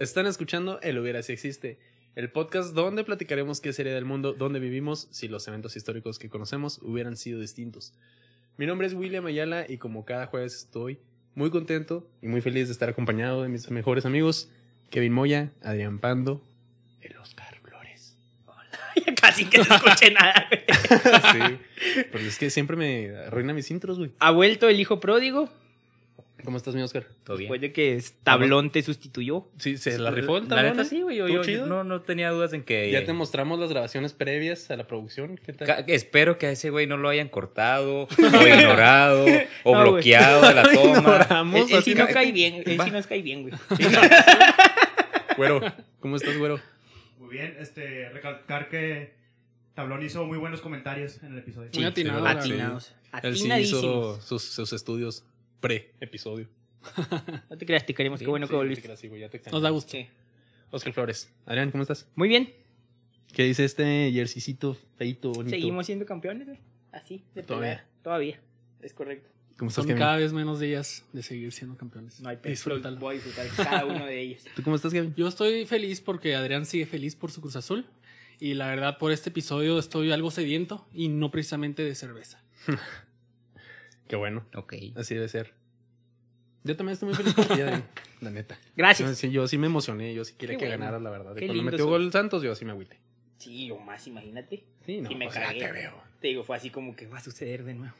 Están escuchando El Hubiera Si Existe, el podcast donde platicaremos qué sería del mundo donde vivimos si los eventos históricos que conocemos hubieran sido distintos. Mi nombre es William Ayala y como cada jueves estoy muy contento y muy feliz de estar acompañado de mis mejores amigos, Kevin Moya, Adrián Pando, el Oscar Flores. Casi que no escuché nada. güey. sí, pero es que siempre me arruina mis intros, güey. Ha vuelto el hijo pródigo, ¿Cómo estás, mi Oscar? Todo bien. después de que Tablón te sustituyó. Sí, se la rifó el La tablón, neta ¿eh? sí, güey. Yo, ¿Tú yo- chido? no, no tenía dudas en que. Ya te mostramos las grabaciones previas a la producción. ¿Qué tal? Ca- Espero que a ese güey no lo hayan cortado, o ignorado, o No, güey. bloqueado de la toma. Ignoramos, El, el así sí no ca- cae bien, el Va. sí nos cae bien, güey. Güero, ¿cómo estás, güero? Muy bien, este, recalcar que Tablón hizo muy buenos comentarios en el episodio. Muy atinado, sí, la Atinados. verdad. Él sí hizo Atinadísimos. sus, sus estudios pre-episodio. No te creas, te queremos, qué bueno que volviste. Nos da gusto. Sí. Oscar Flores. Adrián, ¿cómo estás? Muy bien, ¿Qué dice este jerseycito feito, bonito? seguimos siendo campeones, güey. Así, de Todavía. pelea. Todavía. Es correcto. ¿Cómo estás, Son Kevin? cada vez menos días de seguir siendo campeones. No hay pedo. Disfrútalo. Voy a disfrutar cada uno de ellos. ¿Tú cómo estás, Kevin? Yo estoy feliz porque Adrián sigue feliz por su Cruz Azul. Y la verdad, por este episodio estoy algo sediento y no precisamente de cerveza. Qué bueno. Ok. Así debe ser. Yo también estoy muy feliz por ti, Adrián. La neta. Yo Gracias. sí, yo sí me emocioné. Yo sí quería Qué que bueno. ganara, la verdad. Y Qué Cuando lindo metió eso. gol Santos, yo sí me agüité. Sí, o más, imagínate. Sí, no, Sí me o sea, cagué. te veo. Te digo, fue así como que va a suceder de nuevo.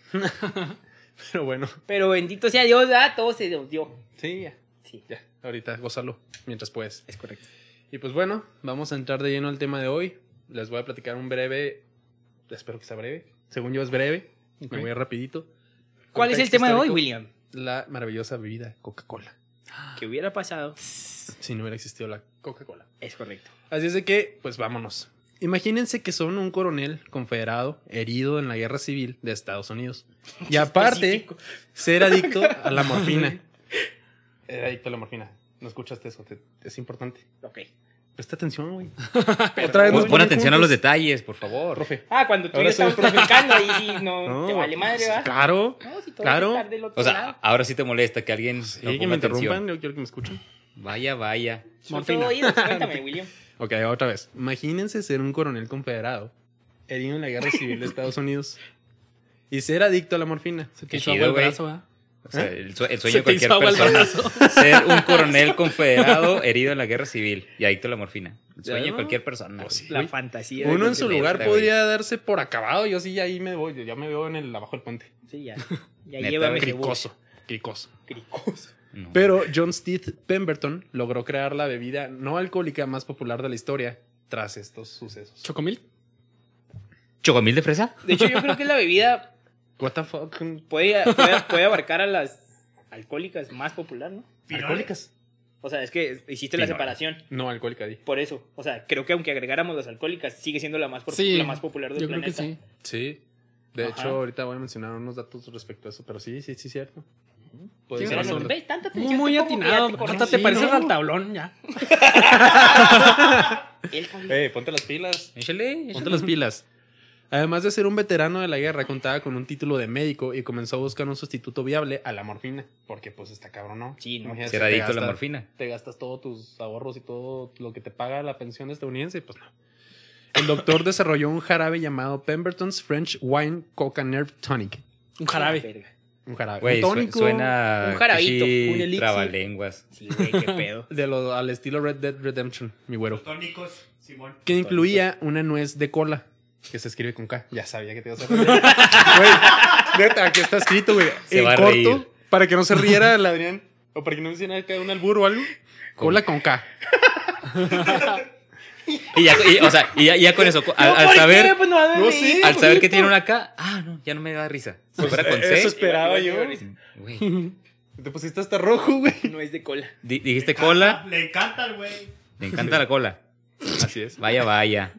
Pero bueno, Pero bendito sea Dios, ah, todo se nos dio. sí, ya. Sí, Ya, ahorita, gózalo. Mientras puedes. es correcto. Y pues bueno, vamos a entrar de lleno al tema de hoy. Les voy a platicar un breve, espero que sea breve. Según yo es breve, me voy a ir rapidito. ¿Cuál es el Contexto tema de hoy, histórico, William? La maravillosa bebida Coca-Cola. Que hubiera pasado. Si no hubiera existido la Coca-Cola. Es correcto. Así es de que, pues vámonos. Imagínense que son un coronel confederado herido en la guerra civil de Estados Unidos. Y aparte, Específico. ser adicto a la morfina. Era adicto a la morfina. No escuchaste eso, te- es importante. Ok. Presta atención, güey. Otra vez pues Pon, nos pon atención a los puntos. detalles, por favor. Profe. Ah, cuando tú Ahora y yo soy estamos platicando ahí sí, no, te vale madre, pues, ¿verdad? Claro. No, si todo claro. va a estar del otro O sea, lado. ahora sí te molesta que alguien Sí, no que pues, ponga me atención. interrumpan, yo quiero que me escuchen. Vaya, vaya. Soy morfina. todo oídos. pues, Cuéntame, William. Ok, otra vez. Imagínense ser un coronel confederado, herido en la guerra civil de Estados Unidos, y ser adicto a la morfina. Se te Qué hizo chido, agua el güey. brazo, ¿verdad? O sea, ¿Eh? el, sue- el sueño de Se te cualquier hizo agua el persona. brazo. Ser un coronel confederado herido en la guerra civil y adicto a la morfina. El sueño de ¿no? cualquier persona. Pues güey. La Uy, fantasía. Uno en su Neta, lugar güey. podría darse por acabado. Yo sí, ahí me voy. Yo me veo en el abajo del puente. Sí, ya. Ya Neta, llévame güey. seguro. Cricoso. Cricoso. Cricoso. No. Pero John Steed Pemberton logró crear la bebida no alcohólica más popular de la historia tras estos sucesos. ¿Chocomil? ¿Chocomil de fresa? De hecho, yo creo que la bebida What the fuck? puede, puede, puede abarcar a las alcohólicas más popular, ¿no? ¿Alcohólicas? O sea, es que hiciste la Pinola. separación. No, alcohólica, di. Por eso. O sea, creo que aunque agregáramos las alcohólicas, sigue siendo la más, por- Sí, la más popular del Yo creo que planeta. sí. Sí. De Ajá. hecho, ahorita voy a mencionar unos datos respecto a eso, pero sí, sí, sí, cierto. Puede ser Tienes Pero razón. eso. no, ¿ves? Tanta Muy, atención, muy tú como que ya atinado. corriges. Hasta te Sí, pareces ¿no? al tablón ya. Él también. Eh, ponte las pilas. Échale, échale. Ponte las pilas. Además de ser un veterano de la guerra, contaba con un título de médico y comenzó a buscar un sustituto viable a la morfina. Porque, pues, está cabrón, ¿no? Sí, no. Imagínate, Ser te adicto a la gastas- morfina. Te gastas todos tus ahorros y todo lo que te paga la pensión estadounidense, pues no. El doctor desarrolló un jarabe llamado Pemberton's French Wine Coca Nerve Tonic. Pues Un jarabe. Verga. Un jarabe. un Güey, su- tónico. suena. un jarabito, así, un elixir. Trabalenguas. Sí, güey, qué pedo. De lo, al estilo Red Dead Redemption, mi güero. Los tónicos, Simón. que incluía una nuez de cola que se escribe con K. Ya sabía que te ibas a reír. Güey, neta, aquí está escrito, güey. Se en va a corto, reír. para que no se riera el Adrián o para que no me hiciera acá un albur o algo. Cola con K. Y ya, y, o sea, y ya, ya con eso, co- al, al ¿Por qué? saber, Pues no, va a No reír, sé, al saber que poquito. tiene una acá, ah, no, ya no me da risa. Si fuera con eh, Eso C, Ah, esperaba yo. güey, Te pusiste hasta rojo, güey. No es de cola. di- dijiste cola, Le encanta el güey. me encanta la cola. Así es. Vaya, vaya.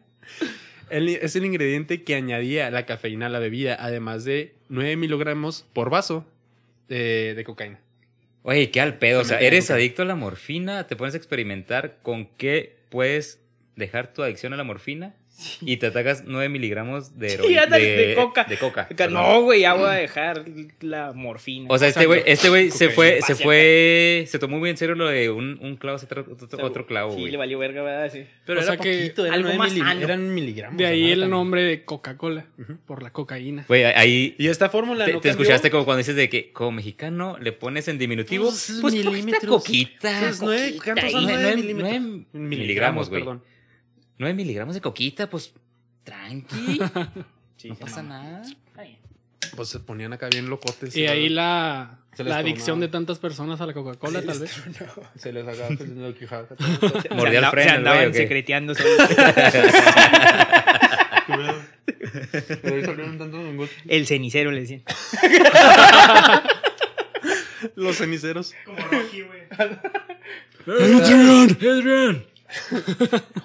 El- es el ingrediente que añadía la cafeína a la bebida, además de 9 miligramos por vaso eh, de cocaína. Oye, qué al pedo. O sea, eres Coca. adicto a la morfina, te pones a experimentar con qué puedes dejar tu adicción a la morfina y te atacas 9 miligramos de Sí, heroína. ándale, de coca. De coca. Acá, perdón. No, güey, ya voy a dejar la morfina. O sea, este güey, este güey Cocaína. se fue, se Pase fue, se tomó muy en serio lo de un, un clavo, se tra- otro, O sea, otro clavo, Sí, güey. le valió verga, ¿verdad? Sí. Pero O era sea que poquito, eran algo nueve más mili- sano. eran miligramos. De o sea, ahí nada el tan- nombre de Coca-Cola, Ujú. por la cocaína. Güey, ahí Y esta fórmula te, no te cambió. escuchaste como cuando dices de que como mexicano le pones en diminutivo, Pues, pues, es poquita milímetros. Ah, coquita. Pues, nueve, coquita ¿cuántos ahí, son nueve nueve- nueve- milímetros? nueve miligramos, güey. perdón. 9 miligramos de coquita, pues tranqui, Sí, sí, no pasa no. nada. Pues se ponían acá bien locotes. Y ahí la, Pues, Se les la tronó. adicción de tantas personas a la Coca-Cola, tal vez. Se les acaba pues, perdiendo el quijada. Se Mordía el andaba- Se freno, el güey, ¿o andaban qué? secreteando. Pero ahí salieron tantos mangos. El cenicero le decían. Los ceniceros. Como Rocky, güey.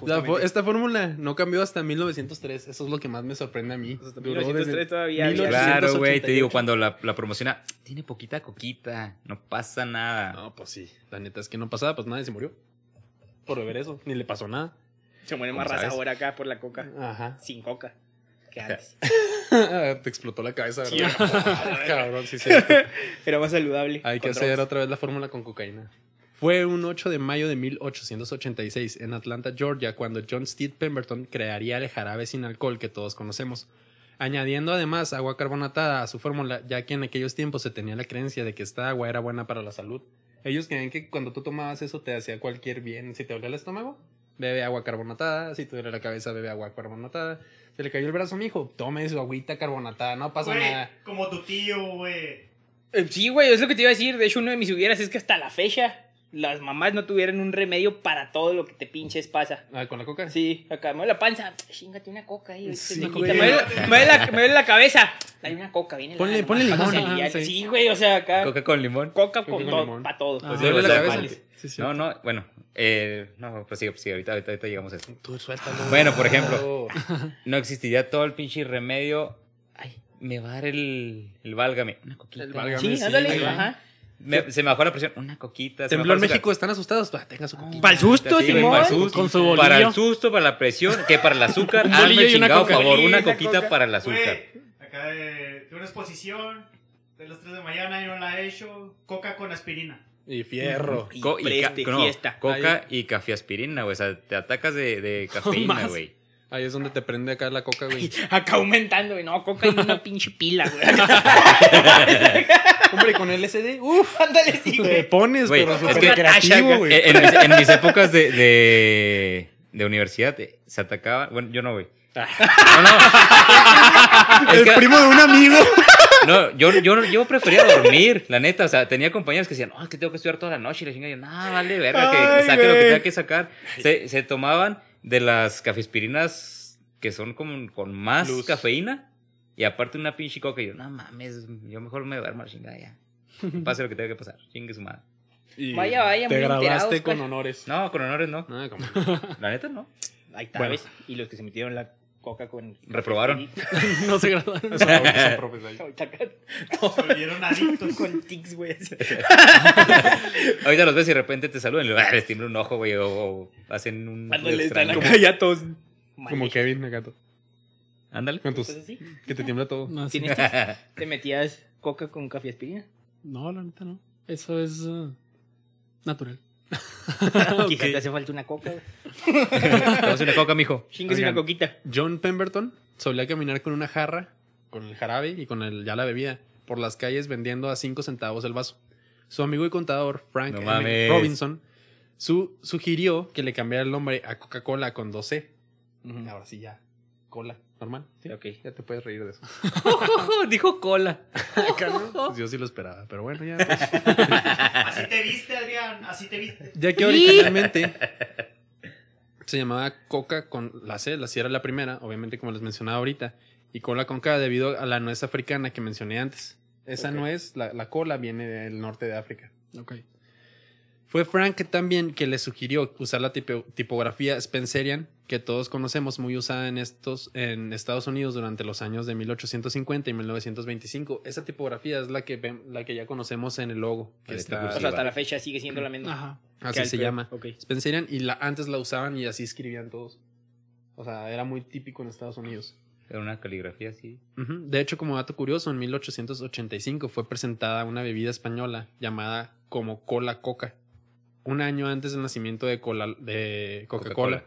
La fo- esta fórmula no cambió hasta 1903. Eso es lo que más me sorprende a mí. Hasta Duró 1903 desde- todavía había. 1888. Claro, güey, te digo, cuando la, la promociona, tiene poquita coquita, no pasa nada. No, pues sí. La neta es que no pasaba, pues nadie se murió. Por beber eso. Ni le pasó nada. Se muere ¿Cómo más raza sabes? ahora acá por la coca. Ajá. Sin coca. Que antes. te explotó la cabeza, ¿verdad? Cabrón, sí, sí. Era más saludable. Hay que Con hacer drogas. otra vez la fórmula con cocaína. Fue un 8 de mayo de 1886 en Atlanta, Georgia, cuando John Steed Pemberton crearía el jarabe sin alcohol que todos conocemos, añadiendo además agua carbonatada a su fórmula, ya que en aquellos tiempos se tenía la creencia de que esta agua era buena para la salud. Ellos creían que cuando tú tomabas eso te hacía cualquier bien. Si te dolía el estómago, bebe agua carbonatada. Si te duele la cabeza, bebe agua carbonatada. Se le cayó el brazo a mi hijo, tome su agüita carbonatada, no pasa Güey, nada. como tu tío, güey. Eh, Sí, güey, es lo que te iba a decir. De hecho, uno de mis hubieras es que hasta la fecha las mamás no tuvieran un remedio para todo lo que te pinches pasa. Ah, con la coca. Sí, acá me duele la panza. Chingate una coca ahí. Sí, me, güey. me, duele, me duele la, me duele la cabeza. Hay una coca, viene Ponle- la, ponle nomás para limón. aliviar. Ajá, sí. Sí, güey, o sea, acá. Coca, Coca con limón. Pues, Coca con, con todo, limón. para todo. Ah. Te duele la los cabeza. tamales. Sí, sí. No, no, bueno, eh, no, pues sí, pues sí, ahorita, ahorita, ahorita llegamos a eso. Tú suéltalo. Bueno, por ejemplo. No existiría todo el pinche remedio. Ay, me va a dar el, el válgame. Una coquita. El válgame. Sí, Sí, ándale. güey. ajá. Me- se me bajó la presión. Una coquita. se me Temblor bajó el azúcar. México, ¿están asustados? Ah, tenga su coquita. Pa'l susto, Sí, güey, Simón. Para el susto, Con su bolillo. para el susto, para la presión, que para el azúcar. Un hazme bolillo el y una chingado coca. favor, Bolillo y una una coquita coca. para el azúcar. Güey, acá de, de una exposición de las 3 de la mañana y no la he hecho. Coca con aspirina. Y fierro. Y Co- y ca- preste, no, fiesta. coca y café aspirina, güey. O sea, te atacas de, de cafeína, más. güey. Ahí es donde te prende acá la coca, güey. Acá aumentando, güey. No, coca y una pinche pila, güey. Hombre, con LSD, uff. Ándale, sí, Te güey. pones, Güey, pero es súper que- creativo, güey. En, en mis, en mis épocas de, de, de universidad eh, se atacaban. Bueno, yo no, güey. Ah. No, no. Es que- de un amigo. No, yo, yo, yo prefería dormir, la neta. O sea, tenía compañeros que decían, no, es que tengo que estudiar toda la noche. Y la chingada, yo, no, vale, verga, que Ay, saque lo que güey. tenga que sacar. Se, se tomaban de las cafespirinas que son como con más Luz. cafeína. Y aparte una pinche coca. Y yo, no mames, yo mejor me duermo, la chingada, ya. Pase lo que tenga que pasar, chingue su madre. Y Vaya, vaya, Te muy grabaste enterados, pues. con güey. honores. No, con honores no. Ah, como- La neta no. Ahí está, Bueno. ¿ves? Y los que se metieron la coca con. Reprobaron. No se graduaron. Son profes, son profes ahí. Ahorita acá, Se volvieron adictos. Con tics, güey. así. Ahorita los ves y de repente te saludan. Y luego, ah, les tiembla un ojo, güey. O, o hacen un. Ándale, están extraño. acá ya todos. Como Kevin, acá tú. Ándale. Con tus- Entonces, sí. Que te tiembla todo. No, sí. ¿Tienes tics? ¿Te metías coca con café aspirina? No, la neta no. Eso es eh, natural. Ah, Quizá te hace falta una coca, güey. Tomas una coca, mijo. Chingues Oigan. una coquita. John Pemberton solía caminar con una jarra, con el jarabe y con el, ya la bebida, por las calles vendiendo a 5 centavos el vaso. Su amigo y contador, Frank No M. mames. Robinson, su- sugirió que le cambiara el nombre a Coca-Cola con 2C. Ahora sí ya, cola, normal. ¿sí? Ah, Ok. Ya te puedes reír de eso. Ah, Dijo cola. Acá, ¿no? Pues yo sí lo esperaba, pero bueno, ya. pues. Así te viste, Adrián. Así te viste. Ya que originalmente se llamaba Coca con la C, la C era la primera, obviamente como les mencionaba ahorita, y cola con K debido a la nuez africana que mencioné antes. Esa Ok. nuez, la, la cola, viene del norte de África. Ok. Fue Frank también que le sugirió usar la tipo- tipografía Spencerian, que todos conocemos, muy usada en, estos, en Estados Unidos durante los años de 1850 y 1925. Esa tipografía es la que, ven- la que ya conocemos en el logo. que Ahí está- está, O sea, hasta la fecha sigue siendo la misma. Ajá. Ah, así se llama. Ok. Spencerian y la, antes la usaban y así escribían todos. O sea, era muy típico en Estados Unidos. Era una caligrafía así. Ujú. De hecho, como dato curioso, en 1885 fue presentada una bebida española llamada como cola coca, un año antes del nacimiento de, cola- de Coca-Cola.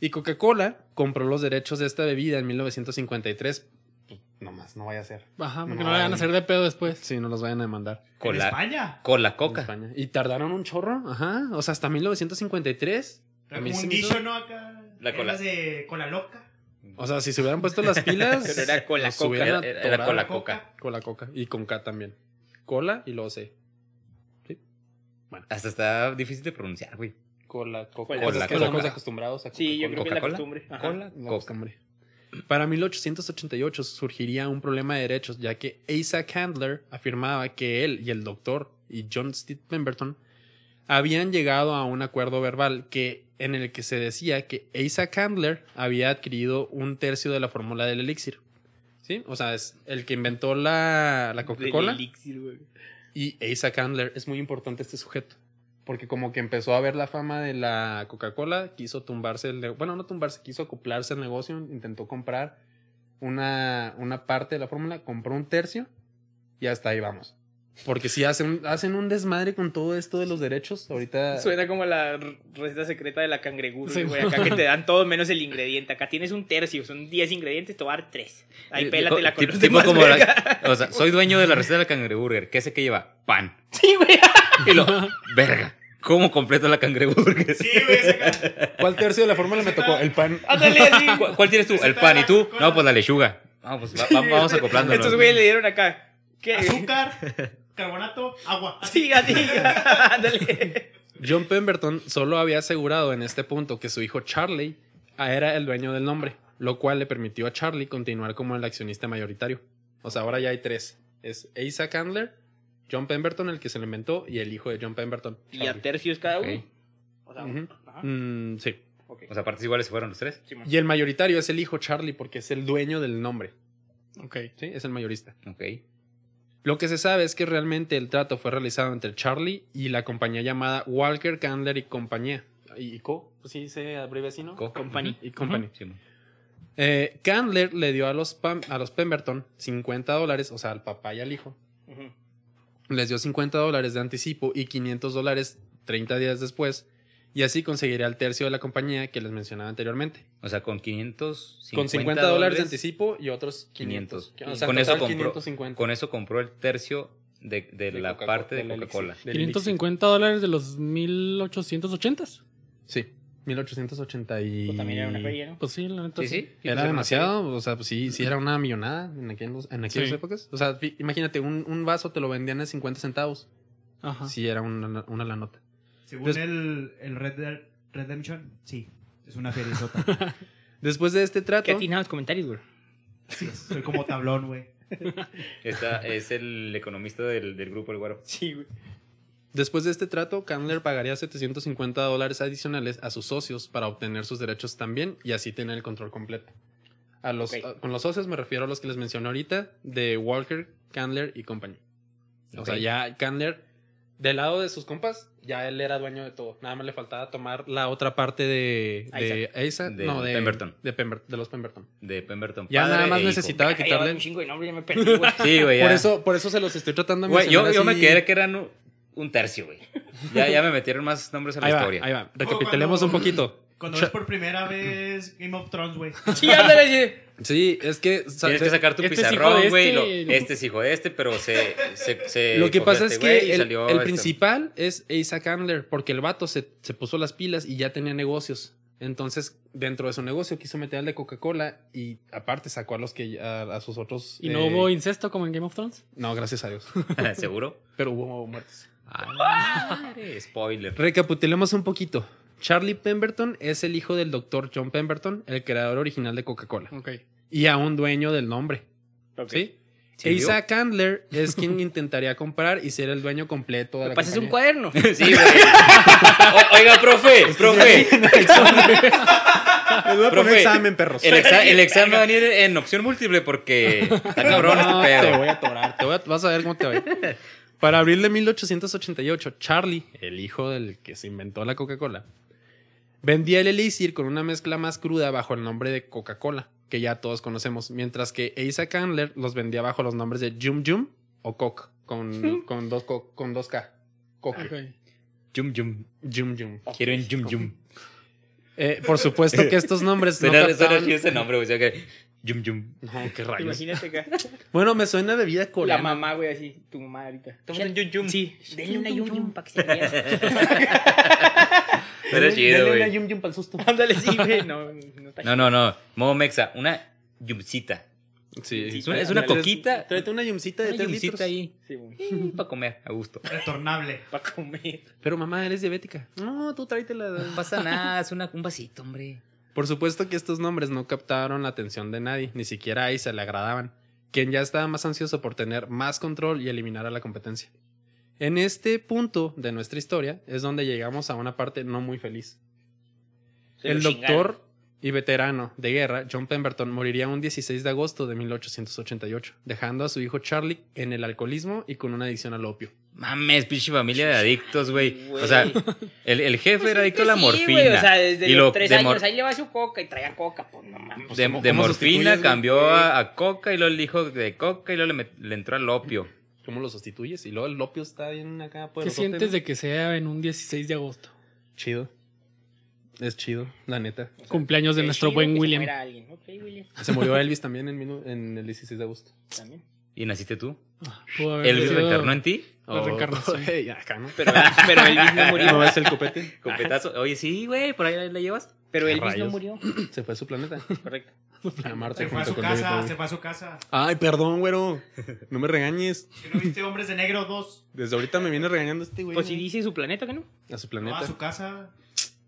y Coca-Cola compró los derechos de esta bebida en 1953. Pues, No más, no vaya a ser. Ajá, porque No, no, le van güey. a hacer de pedo después. Sí, no los vayan a demandar. ¿En Cola, España? cola en coca. España. Y tardaron un chorro, ajá. O sea, hasta 1953. A Era mí como se un me hizo- guicho, ¿no? Acá. La cola. Era de cola loca. O sea, si se hubieran puesto las pilas. Pero era cola nos coca, hubieran era- era atorado. cola coca. Cola coca. Y con K también. Cola y luego C. Hasta está difícil de pronunciar, güey. Cola coca. Cola, Cosas Pues que coca. estamos acostumbrados a Sí, yo creo que es la ¿Coca-Cola? costumbre. Ajá. Cola La coca. costumbre. Para 1888 surgiría un problema de derechos, ya que Isaac Handler afirmaba que él y el doctor y John Steve Pemberton habían llegado a un acuerdo verbal que, en el que se decía que Isaac Handler había adquirido un tercio de la fórmula del elixir. ¿Sí? O sea, es el que inventó la, la Coca-Cola. Del elixir, güey. Y Isaac Handler es muy importante este sujeto. Porque como que empezó a ver la fama de la Coca-Cola, quiso tumbarse el... ne- Bueno, no tumbarse, quiso acoplarse al negocio, intentó comprar una, una parte de la fórmula, compró un tercio y hasta ahí vamos. Porque si hacen, hacen un desmadre con todo esto de los derechos, ahorita... Suena como la r- receta secreta de la cangregur, Sí, güey. Acá que te dan todo menos el ingrediente. Acá tienes un tercio, son 10 ingredientes, te voy a dar 3. Ahí Eh, oh, pélatela con tipo- los tipo demás, como la- verga. O sea, soy dueño de la receta del cangreburger. ¿Qué sé que lleva? Pan. Sí, güey. Y lo, verga. ¿Cómo completo la cangreburger? Sí, güey. esa- ¿Cuál tercio de la fórmula me tocó? El pan. Ándale así. ¿Cuál, cuál tienes tú? El pan. ¿Y tú? No, pues la lechuga. No, pues va- va- vamos acoplándonos. Estos güeyes le dieron acá. ¿Qué? Ah, Azúcar, carbonato, agua. Sí, así. Ándale. John Pemberton solo había asegurado en este punto que su hijo Charlie ah, era el dueño del nombre, lo cual le permitió a Charlie continuar como el accionista mayoritario. O sea, ahora ya hay tres. Es Isaac Handler, John Pemberton, el que se lo inventó, y el hijo de John Pemberton. Y Ah. a Charlie. tercios cada uno. Ok. O sea, Ujú. ajá. Mm, sí. Ok. O sea, partes iguales se fueron los tres. Simón. Y el mayoritario es el hijo Charlie porque es el dueño del nombre. Ok. Sí, es el mayorista. Ok. Lo que se sabe es que realmente el trato fue realizado entre Charlie y la compañía llamada Walker, Candler y compañía. ¿Y co? pues Sí, se abrevia así, ¿no? Co- Company. Y company. Ujú. Sí, mo. Eh, Candler le dio a los, Pam- a los Pemberton 50 dólares, o sea, al papá y al hijo. Ujú. Les dio 50 dólares de anticipo y 500 dólares 30 días después. Y así conseguiría el tercio de la compañía que les mencionaba anteriormente. O sea, con 500. Con 50 dólares de anticipo y otros 500. 500. O sea, Con en eso total compró- 550. Con eso compró el tercio de, de De la Coca-Cola, parte de del elixir, Coca-Cola. del elixir. 550 dólares de los 1880s. Sí, 1880 y... Pues también era una feria, ¿no? Pues sí, la neta. Sí, sí. sí. Era demasiado, o sea, pues sí, sí era una millonada en, aquellos- en aquellas Sí. épocas. O sea, fi- imagínate, un, un vaso te lo vendían a 50 centavos. Ajá. Sí, era una, una la nota. Según Pues- el, el Red Dead Redemption, sí. Es una feria sota. Después de este trato... ¿Qué atinaban los comentarios, güey? Soy como tablón, güey. Esta es el economista del, del grupo El Guaro. Sí, güey. Después de este trato, Candler pagaría 750 dólares adicionales a sus socios para obtener sus derechos también y así tener el control completo. A los, Ok. a- con los socios me refiero a los que les mencioné ahorita, de Walker, Candler y compañía. O sea, Ok. ya Candler, del lado de sus compas, ya él era dueño de todo. Nada más le faltaba tomar la otra parte de, de Isaac, De no, de Pemberton. De, Pember- de los Pemberton. De Pemberton. Ya Padre nada más e hijo. necesitaba Ya llevaba quitarle... un chingo de nombre, ya me perdí, güey. Sí, güey. ya. Por eso, por eso se los estoy tratando de Güey, yo, mencionar yo me así. quedé que eran un, un tercio, güey. Ya, ya me metieron más nombres a la Ahí va, historia. ahí va. Recapitulemos un poquito. Cuando Cha- ves por primera vez Game of Thrones, güey. Sí, ándale, sí. Sí, es que... sa- Tienes que sacar tu Este es hijo pizarrón, de güey. y lo- este. Este, es hijo de este, pero se. se, se Lo que cogió pasa a es este güey que y el, salió el este. principal es Isaac Handler, porque el vato se, se puso las pilas y ya tenía negocios. Entonces, dentro de su negocio quiso meter al de Coca-Cola y aparte sacó a los que a, a sus otros. ¿Y eh, no hubo incesto como en Game of Thrones? No, gracias a Dios. ¿Seguro? Pero hubo muertes. Ay, spoiler. Recapitulemos un poquito. Charlie Pemberton es el hijo del doctor John Pemberton, el creador original de Coca-Cola. Ok. Y aún dueño del nombre. ¿Sí? Sí, Isaac Handler es quien intentaría comprar y ser el dueño completo de Me la pasas un compañía. cuaderno. Sí, güey. O- Oiga, profe, profe. Les voy a poner Profe, examen, perros. El, exa- el examen va a venir en opción múltiple porque está cabrón este No, Te pedo. voy a atorar, te voy a- vas a ver cómo te voy. Para abril de 1888, Charlie, el hijo del que se inventó la Coca-Cola, Vendía el elixir con una mezcla más cruda bajo el nombre de Coca-Cola, que ya todos conocemos, mientras que Isaac Candler los vendía bajo los nombres de Jum Jum o Coke, con, con, dos, co- con dos K. Coke. Ok. Yum yum. Jum Jum. Quiero en yum yum. Eh, por supuesto que estos nombres no Suena, suena captaban- chido ese nombre, güey. o sea que- Yum yum. No, qué rayos. Imagínate acá. Bueno, me suena de vida La coreana. mamá, güey, así. Tu mamá ahorita. Tómate un yum yum. Sí. Denle una yum yum para que se vea. Suena chido, Dale una güey. Yum Yum para el susto. Pues, Ándale, sí, güey. No, no está No, no, no. Modo mexa. Una yumcita. Sí. Es una, es una coquita. Tráete una yumcita de Una 3 yumcita litros. ahí. Sí, güey. Para comer, a gusto. Retornable. Para comer. Pero mamá, eres diabética. No, tú No tráetela. pasa nada, es una, un vasito, hombre. Por supuesto que estos nombres no captaron la atención de nadie, ni siquiera a Isa le agradaban, quien ya estaba más ansioso por tener más control y eliminar a la competencia. En este punto de nuestra historia es donde llegamos a una parte no muy feliz. Se El lo chingaron. doctor y veterano de guerra John Pemberton moriría un 16 de agosto de 1888, dejando a su hijo Charlie en el alcoholismo y con una adicción al opio. Mames, pinche familia de adictos, güey. O sea, Güey. el, el jefe Pues era es adicto que a la sí, morfina. güey, o sea, desde y lo- los tres de años mor- ahí le va su coca y traía coca, pues no mames. de, ¿cómo- de cómo sustituyes, morfina güey? cambió a, a coca y luego le dijo de coca y luego le, met- le entró al opio. ¿Cómo lo sustituyes? Y luego el opio está bien acá. ¿Qué poderosote, sientes ¿no? de que sea en un 16 de agosto? Chido. Es chido, la neta. Cumpleaños de Qué nuestro chido que buen se William. muera alguien. Ok, William, Se murió Elvis también en, mil- en el 16 de agosto. también. ¿Y naciste tú? Ah, pudo haber ¿Elvis sido- reencarnó en ti? Oh, La reencarnación. Ey, acá, ¿no? Pero, pero Elvis no murió. ¿No ves el copete? Con petazo. Oye, sí, güey, por ahí la llevas. Pero ¿Qué Elvis no rayos? murió. Se fue a su planeta. Correcto. A Marte Se fue a junto su con casa, David se Bowie. fue a su casa. Ay, perdón, güero. No me regañes. ¿Que no viste Hombres de Negro 2? Desde ahorita me viene regañando este güey. Pues si ¿no? dice su planeta que no. A su No, a planeta. su casa.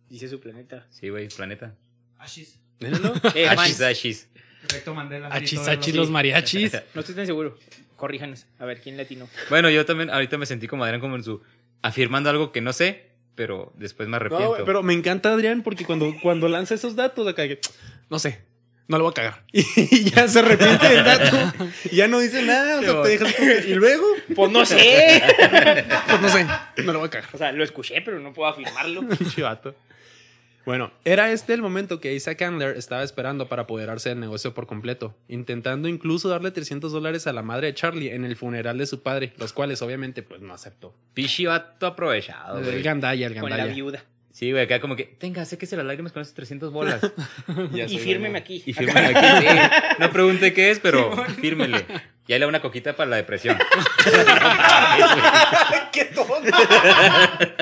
Dice su planeta. Sí, güey, planeta. Ashis. Míralo. Eh, Ashis, Mans, ashis. Efecto Mandela. grito de Achisachi los mariachis. no estoy tan seguro. Corríjanos. A ver, ¿quién latino? Bueno, yo también ahorita me sentí como Adrián, como en su. afirmando algo que no sé, pero después me No, arrepiento. güey, pero me encanta Adrián porque cuando, cuando lanza esos datos acá, que, no sé, no lo voy a cagar. Y ya se arrepiente del dato. Y ya no dice nada. o sea, Sí, te dejas como que- y luego, Pues no sé. pues no sé, no lo voy a cagar. o sea, lo escuché, pero no puedo afirmarlo. Pinche vato. Bueno, era este el momento que Isaac Andler estaba esperando para apoderarse del negocio por completo, intentando incluso darle 300 dólares a la madre de Charlie en el funeral de su padre, los cuales obviamente pues no aceptó. Pichi vato aprovechado, el Ah, güey. gandaya, el Con la gandaya. viuda. Sí, güey, acá como que, tenga, sé que se las lágrimas con esas 300 bolas. Ya Y sé, fírmeme güey, aquí. Y fírmele aquí. sí. No pregunte qué es, pero fírmele. Y ahí le da una coquita para la depresión.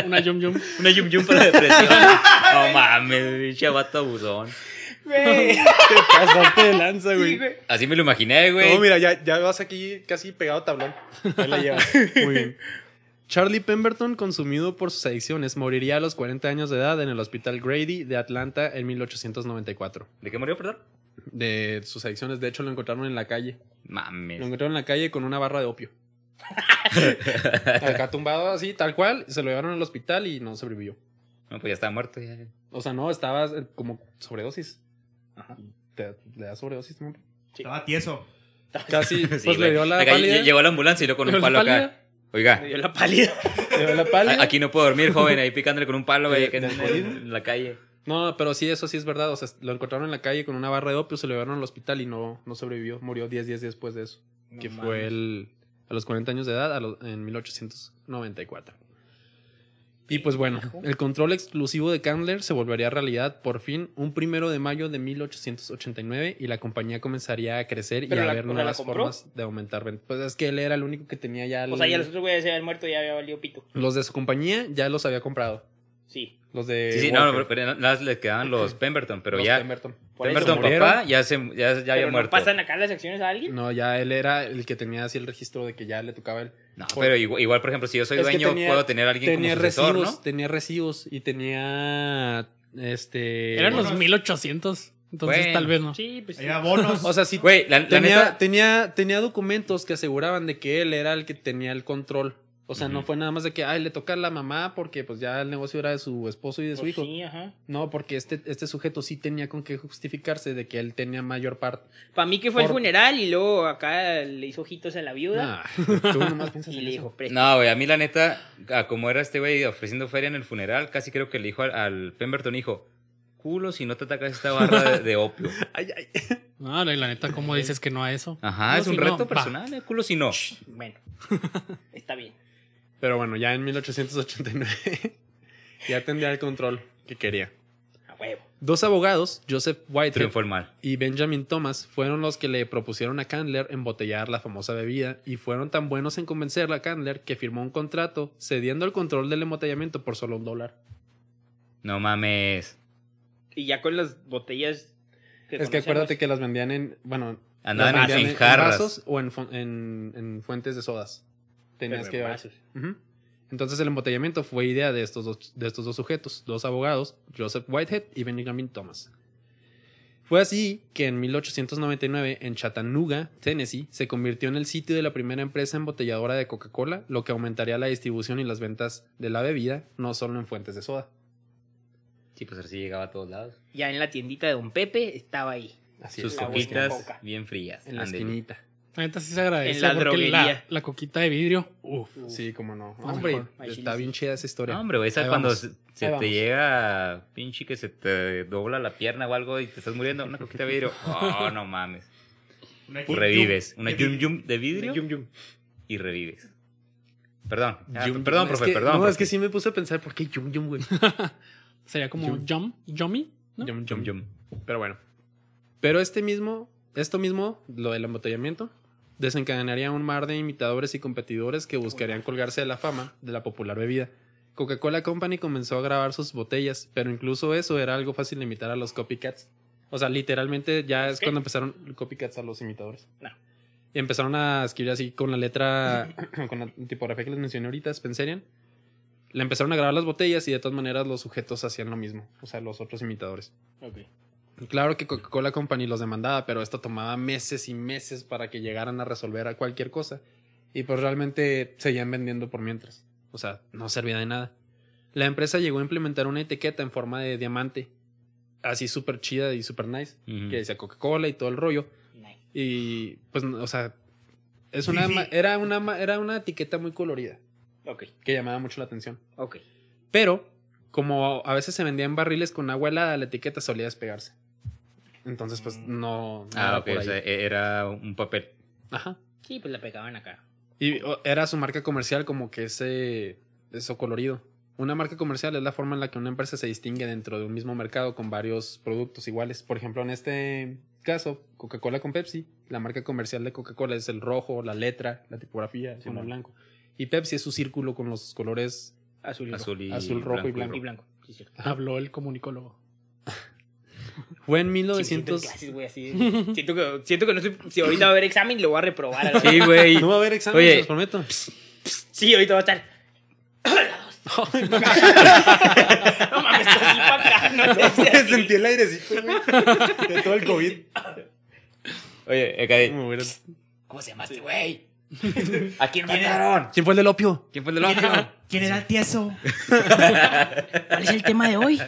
Una yum yum. Una yum yum para la depresión. No mames, pinche vato abusón. Güey. Te pasaste de lanza, Sí, güey. güey. Así me lo imaginé, güey. No, mira, ya, ya vas aquí casi pegado tablón. Ahí la llevas. Muy bien. Charlie Pemberton, consumido por sus adicciones, moriría a los 40 años de edad en el Hospital Grady de Atlanta en 1894. ¿De qué murió, perdón? De sus adicciones, de hecho lo encontraron en la calle. Lo Mames. encontraron en la calle con una barra de opio. Acá tumbado así, tal cual, se lo llevaron al hospital y no sobrevivió. No, pues ya estaba muerto. ya. O sea, no, estaba eh, como sobredosis. Te, le da sobredosis, ¿no? Estaba tieso. Casi, pues Sí, le güey. dio la Acá pálida. ll- Llegó la ambulancia y luego con un Pero palo acá. pálida, Oiga, Me dio la pálida. Le dio la a- pálida. aquí no puedo dormir, joven. Ahí picándole con un palo, güey, acá en, ¿De- de- en la calle. No, pero sí, eso sí es verdad. O sea, lo encontraron en la calle con una barra de opio, se lo llevaron al hospital y no, no sobrevivió. Murió 10 días después de eso. que fue el, a los 40 años de edad, a lo- en 1894. Y pues bueno, el control exclusivo de Candler se volvería realidad por fin un primero de mayo de 1889 y la compañía comenzaría a crecer Pero y a la- ver o sea, ¿la nuevas compró? formas de aumentar ventas. Pues es que él era el único que tenía ya... el- O sea, ya los otros güeyes se habían muerto ya había valido pito. los de su compañía ya los había comprado. Sí. Los de... Sí, sí, no, Walker, no, pero nada más le quedaban los Pemberton, pero Eh, los ya. Pemberton. Por eso Pemberton, murieron. papá, ya, se, ya, ya había Pero no muerto. pasan acá las acciones a alguien. No, ya él era el que tenía así el registro de que ya le tocaba él. No, Por- pero igual, igual, por ejemplo, si yo soy Es que dueño, tenía- puedo tener a alguien Tenía como sucesor, recibos, ¿no? tenía recibos y tenía este Eran los Unos- 1800. Entonces Bueno. tal vez no. Sí, pues. sí. Había bonos. O sea, sí Güey, la, la tenía, neta, tenía tenía documentos que aseguraban de que él era el que tenía el control. O sea, no Ujú. fue nada más de que ay, le toca a la mamá porque pues ya el negocio era de su esposo y de su Pues hijo. Sí, ajá. No, porque este este sujeto sí tenía con qué justificarse de que él tenía mayor parte. Para mí que fue el Por- funeral y luego acá le hizo ojitos a la viuda Nah, Ah, tú nomás piensas y en le eso. dijo, "Pre- no, güey, a mí la neta, a como era este güey ofreciendo feria en el funeral, casi creo que le dijo al, al Pemberton, hijo, culo si no te atacas esta barra de, de opio. Ay, ay. No, la, la neta, ¿cómo dices que no a eso? Ajá, No, es un si no, reto va. personal, eh, culo si no. Bueno, está bien. Pero bueno, ya en 1889 ya tendría el control que quería. A huevo. Dos abogados, Joseph Whitehead Triunfó el mal. y Benjamin Thomas, fueron los que le propusieron a Candler embotellar la famosa bebida y fueron tan buenos en convencerla a Candler que firmó un contrato cediendo el control del embotellamiento por solo un dólar. No mames. Y ya con las botellas. Es que conocemos, pues, acuérdate que las vendían en, bueno, Andaban las en- vendían en jarras. vasos o en, fu- en- en fuentes de sodas. Tenías pero que vasos. Ujú. Entonces el embotellamiento fue idea de estos, dos, de estos dos sujetos, dos abogados, Joseph Whitehead y Benjamin Thomas. Fue así que en 1899 en Chattanooga, Tennessee, se convirtió en el sitio de la primera empresa embotelladora de Coca-Cola, lo que aumentaría la distribución y las ventas de la bebida, no solo en fuentes de soda. Sí, pues así llegaba a todos lados. Ya en la tiendita de Don Pepe estaba ahí. Así Sus es, la coquitas boca, boca. bien frías. en la Ándele. esquinita. La neta sí se agradece. En la porque droguería. la, la coquita de vidrio. Uf. Uf. Sí, como no. lo Hombre, mejor. Ahí sí está le bien chida esa historia. No, hombre, güey, esa Ahí cuando vamos. se, se Ahí te vamos. llega, pinche, que se te dobla la pierna o algo y te estás muriendo, una coquita de vidrio. Oh, no mames. Una yum-yum Revives. Una de yum vidrio. yum de vidrio Yum, yum. y revives. Perdón. Ah, Yum, perdón, yum, es profe, que- perdón. No, es profe. que sí me puse a pensar, ¿por qué yum yum, güey? Sería como Yum. yum, yummy, ¿no? Yum, Yum yum. yum. Pero bueno. Pero este mismo, esto mismo, lo del embotellamiento, desencadenaría un mar de imitadores y competidores que buscarían colgarse de la fama de la popular bebida. Coca-Cola Company comenzó a grabar sus botellas, pero incluso eso era algo fácil de imitar a los copycats. O sea, literalmente ya es Ok. cuando empezaron los copycats a los imitadores. No. Y empezaron a escribir así con la letra, con la tipografía que les mencioné ahorita, Spencerian. Le empezaron a grabar las botellas y de todas maneras los sujetos hacían lo mismo, o sea, los otros imitadores. Ok. Claro que Coca-Cola Company los demandaba, pero esto tomaba meses y meses para que llegaran a resolver a cualquier cosa. Y pues realmente seguían vendiendo por mientras. O sea, no servía de nada. La empresa llegó a implementar una etiqueta en forma de diamante. Así súper chida y súper nice. Ujú. Que decía Coca-Cola y todo el rollo. Nice. Y pues, no, o sea, es una, ma- era, una, ma- era una etiqueta muy colorida. Ok, Que llamaba mucho la atención. ok. Pero, como a veces se vendía en barriles con agua helada, la etiqueta solía despegarse. Entonces, pues no. no Ah, era ok, por o ahí. sea, e- era un papel. Ajá. Sí, pues la pegaban acá. Y o, era su marca comercial, como que ese. Eso colorido. Una marca comercial es la forma en la que una empresa se distingue dentro de un mismo mercado con varios productos iguales. Por ejemplo, en este caso, Coca-Cola con Pepsi, la marca comercial de Coca-Cola es el rojo, la letra, la tipografía, el fondo Simón. blanco. Y Pepsi es su círculo con los colores Azul y Azul y azul, rojo y blanco. Y blanco. blanco. Sí, cierto. Habló el comunicólogo. Fue en Sí, me siento en 1900. clases, güey, así. Siento que, siento que no estoy, si ahorita va a haber examen, lo voy a reprobar. a la- Sí, güey. No va a haber exámenes, Oye. se los prometo. Sí, ahorita va a estar. no mames, estoy así para atrás. No, te haces así. el airecito, güey. De todo el COVID. Oye, Ecade, ¿Cómo se llama este güey? ¿a quién mataron? ¿Quién fue el del opio? ¿Quién fue el del otro? ¿Quién era el tieso? ¿Cuál es el tema de hoy?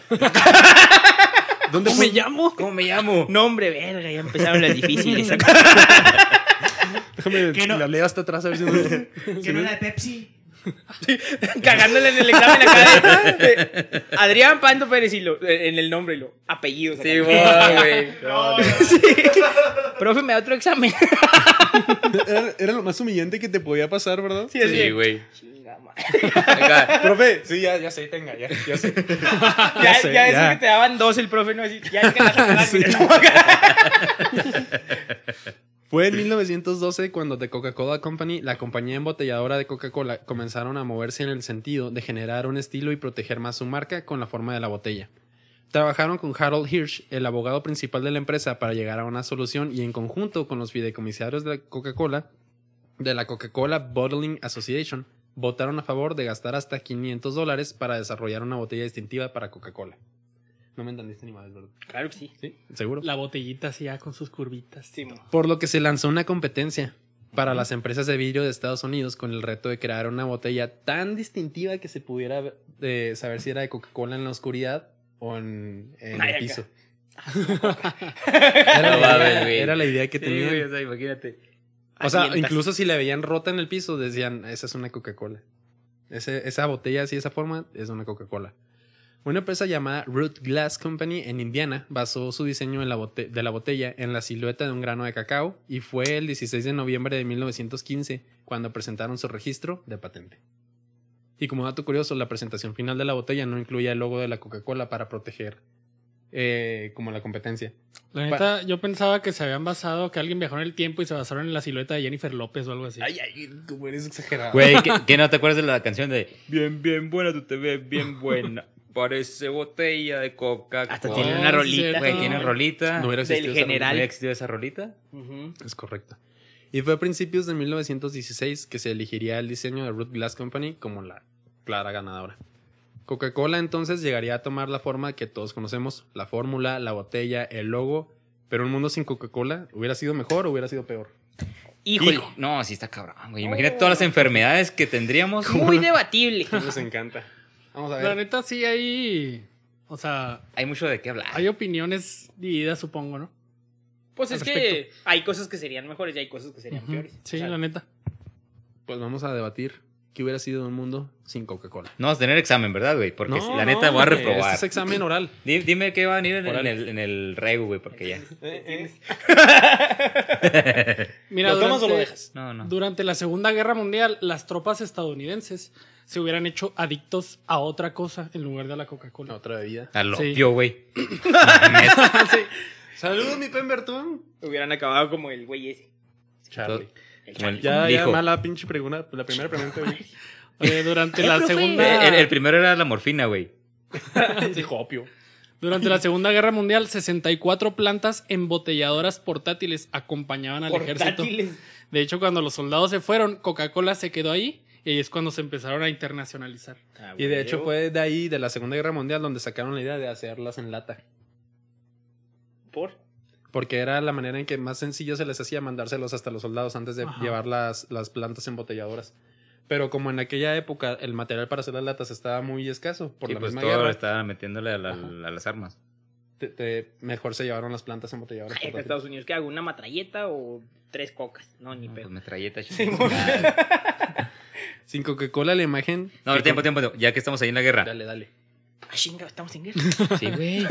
¿Dónde ¿Cómo me llamo? ¿Cómo me llamo? No, hombre, verga, ya empezaron las difíciles. Déjame, ¿Qué no? le hablé hasta atrás a ver si no- ¿Quién era el Pepsi? Cagándole en el examen acá. de- de- Adrián Pando Pérez y lo, en el nombre y lo apellido. Sí, Sí, güey. No, Profe, me da otro examen. era, era lo más humillante que te podía pasar, ¿verdad? Sí, así. Sí, güey. Chinga, madre. Acá, Profe, sí, ya, ya sé, tenga, ya, ya sé. Ya, Ya ya, sé, es ya. que te daban dos el profe, ¿no? Así, ya es que la sacaban, mira, no, acá. Fue en 1912 cuando The Coca-Cola Company, la compañía embotelladora de Coca-Cola, comenzaron a moverse en el sentido de generar un estilo y proteger más su marca con la forma de la botella. Trabajaron con Harold Hirsch, el abogado principal de la empresa, para llegar a una solución y en conjunto con los fideicomisarios de la Coca-Cola, de la Coca-Cola Bottling Association, votaron a favor de gastar hasta 500 dólares para desarrollar una botella distintiva para Coca-Cola. No me entendiste ni más, ¿verdad? Claro que sí. Sí, seguro. La botellita así ya con sus curvitas. Sí, mo. Por lo que se lanzó una competencia para las empresas de vidrio de Estados Unidos con el reto de crear una botella tan distintiva que se pudiera ver- de saber si era de Coca-Cola en la oscuridad o en, en Ay, el acá. piso. Era, Ah, No la mames, idea, güey. era la idea que sí, güey, o tenían. sea, imagínate. o sea, Mientras- incluso si la veían rota en el piso, decían, esa es una Coca-Cola. Ese- Esa botella así, de esa forma, es una Coca-Cola. Una empresa llamada Root Glass Company en Indiana basó su diseño en la bote- de la botella en la silueta de un grano de cacao y fue el 16 de noviembre de 1915 cuando presentaron su registro de patente. Y como dato curioso, la presentación final de la botella no incluía el logo de la Coca-Cola para proteger eh, como la competencia. La neta, yo pensaba que se habían basado, que alguien viajó en el tiempo y se basaron en la silueta de Jennifer López o algo así. Ay, ay, como eres exagerado. Güey, ¿qué, qué no te acuerdas de la canción de Bien, bien buena, tú te ves bien buena? Parece botella de coca Hasta Oh, tiene una sí, rolita. cierto. Güey, tiene rolita. No hubiera Del existido esa general. ¿Había existido esa rolita? Ujú. Es correcto. Y fue a principios de 1916 que se elegiría el diseño de Root Glass Company como la clara ganadora. Coca-Cola entonces llegaría a tomar la forma que todos conocemos, la fórmula, la botella, el logo, pero un mundo sin Coca-Cola hubiera sido mejor o hubiera sido peor. Híjole. Hijo, No, sí está cabrón, güey. Imagínate todas Oh. las enfermedades que tendríamos. Muy debatible. Nos encanta. Vamos a La ver. neta, sí hay. O sea, Hay mucho de qué hablar. hay opinión-es divididas, supongo, ¿no? Pues Al es que hay cosas que serían mejores y hay cosas que serían Ujú. peores. Sí, O sea, la neta. Pues vamos a debatir qué hubiera sido un mundo sin Coca-Cola. No vas a tener examen, ¿verdad, güey? Porque No, la neta voy a no, güey, reprobar. Este es examen oral. Di- Dime, qué va a venir en, Órale. el, en el regu, güey, porque ya. Mira, ¿Lo tomas durante, o lo dejas? No, no. durante la Segunda Guerra Mundial, las tropas estadounidenses se hubieran hecho adictos a otra cosa en lugar de a la Coca-Cola. Otra bebida. Al Sí. opio, güey. Saludos, mi Pemberton. Hubieran acabado como el güey ese. Charlie. El Como el- Ya, ya, dijo. mala pinche pregunta. La primera pregunta. güey. Oye, durante Eh, la profe. segunda. Eh, El, el primero era la morfina, güey. Dijo opio. Durante la Segunda Guerra Mundial, 64 plantas embotelladoras portátiles acompañaban al ejército. Portátiles. De hecho, cuando los soldados se fueron, Coca-Cola se quedó ahí y ahí es cuando se empezaron a internacionalizar. Ah, Y de hecho fue de ahí, de la Segunda Guerra Mundial, donde sacaron la idea de hacerlas en lata. Por. Porque era la manera en que más sencillo se les hacía mandárselos hasta los soldados antes de Ajá. llevar las, las plantas embotelladoras. Pero como en aquella época el material para hacer las latas estaba muy escaso por y la pues misma todo guerra, estaba metiéndole a, la- Ajá. a las armas. te- te- mejor se llevaron las plantas embotelladoras. Ay, acá en portátiles. Estados Unidos, ¿qué hago? ¿Una matralleta o tres cocas? No, ni No, pues pedo. metralleta. Sí, chingada. Sin Coca-Cola la imagen... no, a ver, tiempo, tiempo, tiempo. Ya que estamos ahí en la guerra. Dale, dale. Ah, chinga, estamos en guerra. Sí, güey.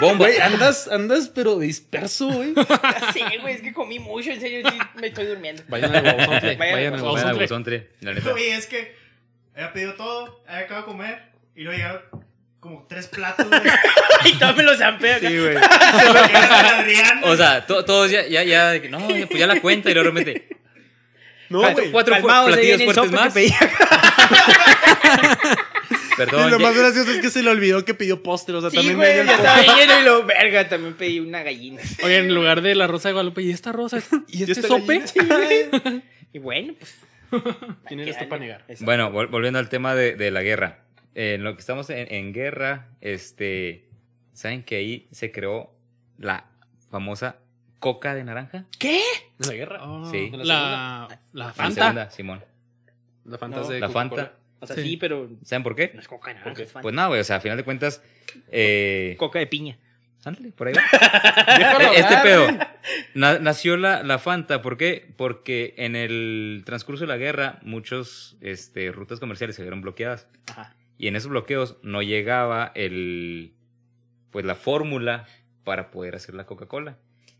Bomba. andas, andas pero disperso, güey. Ya sé, güey, es que comí mucho, en serio, sí, me estoy durmiendo. Vayan al Warzone, Vayan play, al vayan al Warzone. Warzone. Bueno, buzón tres, la neta. Oye, es que había pedido todo, había acabado de comer y luego llegaron como tres platos. güey. Ay, todo me lo zampeo acá. Sí, güey. Se lo quedaron a Adrián. O sea, to- todos ya, ya, ya, de que, no, ya, pues ya la cuenta y luego realmente. No, cuatro güey. cuatro fu- Calmaos, ahí platillos viene el fuertes sope que más. pedí. Perdón. Y lo ya- más gracioso es que se le olvidó que pidió póster, o sea, Sí, también güey, ella- yo estaba lleno y lo verga, también pedí una gallina. Oye, en lugar de la rosa de Guadalupe, ¿y esta rosa? ¿Y este esta sope? gallina? Y bueno, pues. ¿Quién eres Este tú para negar? Exacto. Bueno, vol- volviendo al tema de, de la guerra. Eh, en lo que estamos en, en guerra, este, ¿saben que ahí se creó la famosa coca de naranja? ¿Qué? ¿En la guerra? Ah, Sí. La, la La Fanta. segunda, Simón. La Fanta es No. de La Fanta. Coca-Cola. O sea, sí, Sí. pero ¿Saben por qué? no es coca de naranja, es Fanta. Pues no, güey, o sea, a final de cuentas, eh, coca de piña. ándale, por ahí va. Eh, Este pedo. Na- nació la, la Fanta, ¿por qué? Porque en el transcurso de la guerra, muchas este, rutas comerciales se vieron bloqueadas. Ajá. Y en esos bloqueos no llegaba el pues la fórmula para poder hacer la Coca-Cola.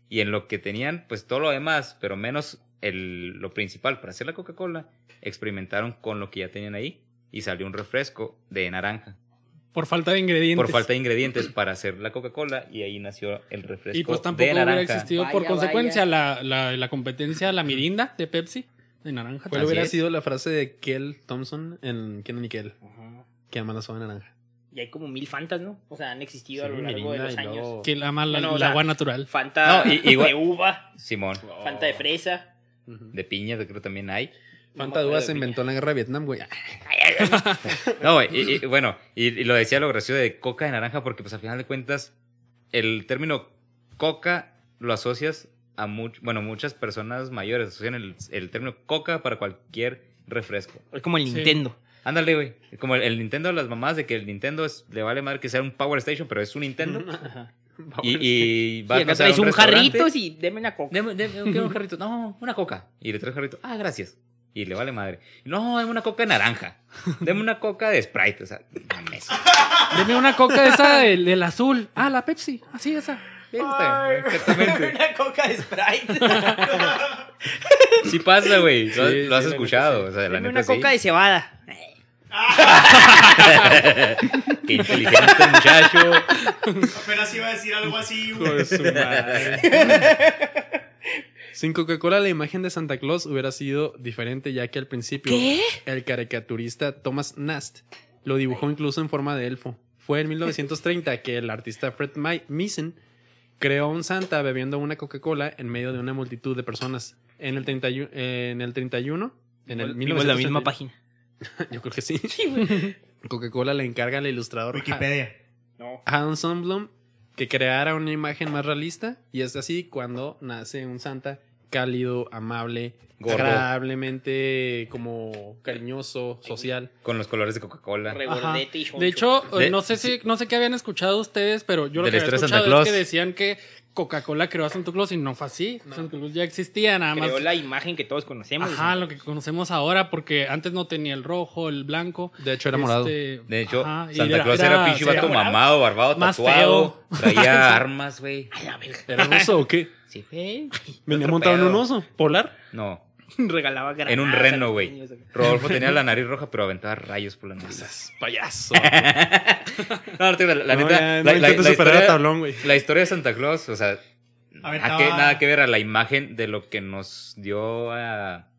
Y en lo que tenían, pues todo lo demás, pero menos el, lo principal para hacer la Coca-Cola, experimentaron con lo que ya tenían ahí y salió un refresco de naranja. Por falta de ingredientes. Por falta de ingredientes para hacer la Coca-Cola y ahí nació el refresco Y pues tampoco de hubiera naranja. existido Vaya, por consecuencia la, la, la competencia, la mirinda de Pepsi, de naranja. ¿Cuál Así hubiera es. sido la frase de Kel Thompson en Ken y Kel? Ajá. Que ama la soda naranja. Y hay como mil fantas, ¿no? O sea, han existido a Sí, lo largo de Mirinda los y años. luego- Que ama la, No, no, o el sea, agua natural. Fanta No, y- igual- de uva, Simón, Fanta de fresa. Ujú. de piña creo que también hay. Fanta No me Dúa acuerdo se de inventó en la guerra de Vietnam, güey. No, güey, y, y- bueno, y, y lo decía lo gracioso de coca de naranja, porque pues al final de cuentas, el término coca lo asocias a much- bueno, muchas personas mayores asocian el, el término coca para cualquier refresco. Es como el Sí. Nintendo. Ándale, güey. Como el, el Nintendo de las mamás, de que el Nintendo es- le vale madre que sea un Power Station, pero es un Nintendo. Ajá. y, y va Y a acá pasar a traes un, restaurante. jarrito y deme una coca. Deme, deme, quiero un jarrito. No, una coca. Y le traes jarrito. Ah, gracias. Y le vale madre. No, dame una coca de naranja. Deme una coca de Sprite. O sea, mames. Deme una coca de esa del, del azul. Ah, la Pepsi. Así, esa. Está bien, Exactamente. Una coca de Sprite. Sí pasa, güey. Lo, Sí, lo has sí, la escuchado. neta O sea, la Dame neta una sí. coca de cebada. Qué inteligente muchacho. Apenas iba a decir algo así, Hijo güey. de su madre. Sin Coca-Cola la imagen de Santa Claus hubiera sido diferente ya que al principio ¿Qué? el caricaturista Thomas Nast lo dibujó incluso en forma de elfo. Fue en 1930 que el artista Fred Mi- Misen creó un Santa bebiendo una Coca-Cola en medio de una multitud de personas. En el 31, en el 31, en el Vimos la misma 1931, página. Yo creo que sí. Coca-Cola le encarga al ilustrador Ha- Wikipedia. Hans Sundblom que creara una imagen más realista y es así cuando nace un Santa cálido, amable, Gordo. agradablemente como cariñoso, social. Con los colores de Coca-Cola. Regordete y choncho. De hecho, eh, De- no sé si no sé qué habían escuchado ustedes, pero yo lo Del que había estrés Santa escuchado es que Claus. decían que Coca-Cola creó a Santa Claus y no fue así. Santa Claus ya existía, nada más. creó la imagen que todos conocemos. Ajá, lo que conocemos ahora, porque antes no tenía el rojo, el blanco. De hecho, era morado. Este, De hecho, ajá, y Santa Claus era pinche se vato morado. mamado, barbado, Más tatuado. feo. Traía armas, güey. A la verga. ¿Era un oso o qué? Sí, güey. Venía Otro montado en pedo. un oso. ¿Polar? No. Regalaba granadas. En un a reno, los güey. niños, Rodolfo tenía la nariz roja, pero aventaba rayos por la nariz. Esas Pues payaso. No, no, te digo, la, la No, neta, ya, no la, la- intentes la superar a historia, tablón, güey. la historia de Santa Claus, o sea, nada Aventaba- que, Ah, nada que ver a la imagen de lo que nos dio a, a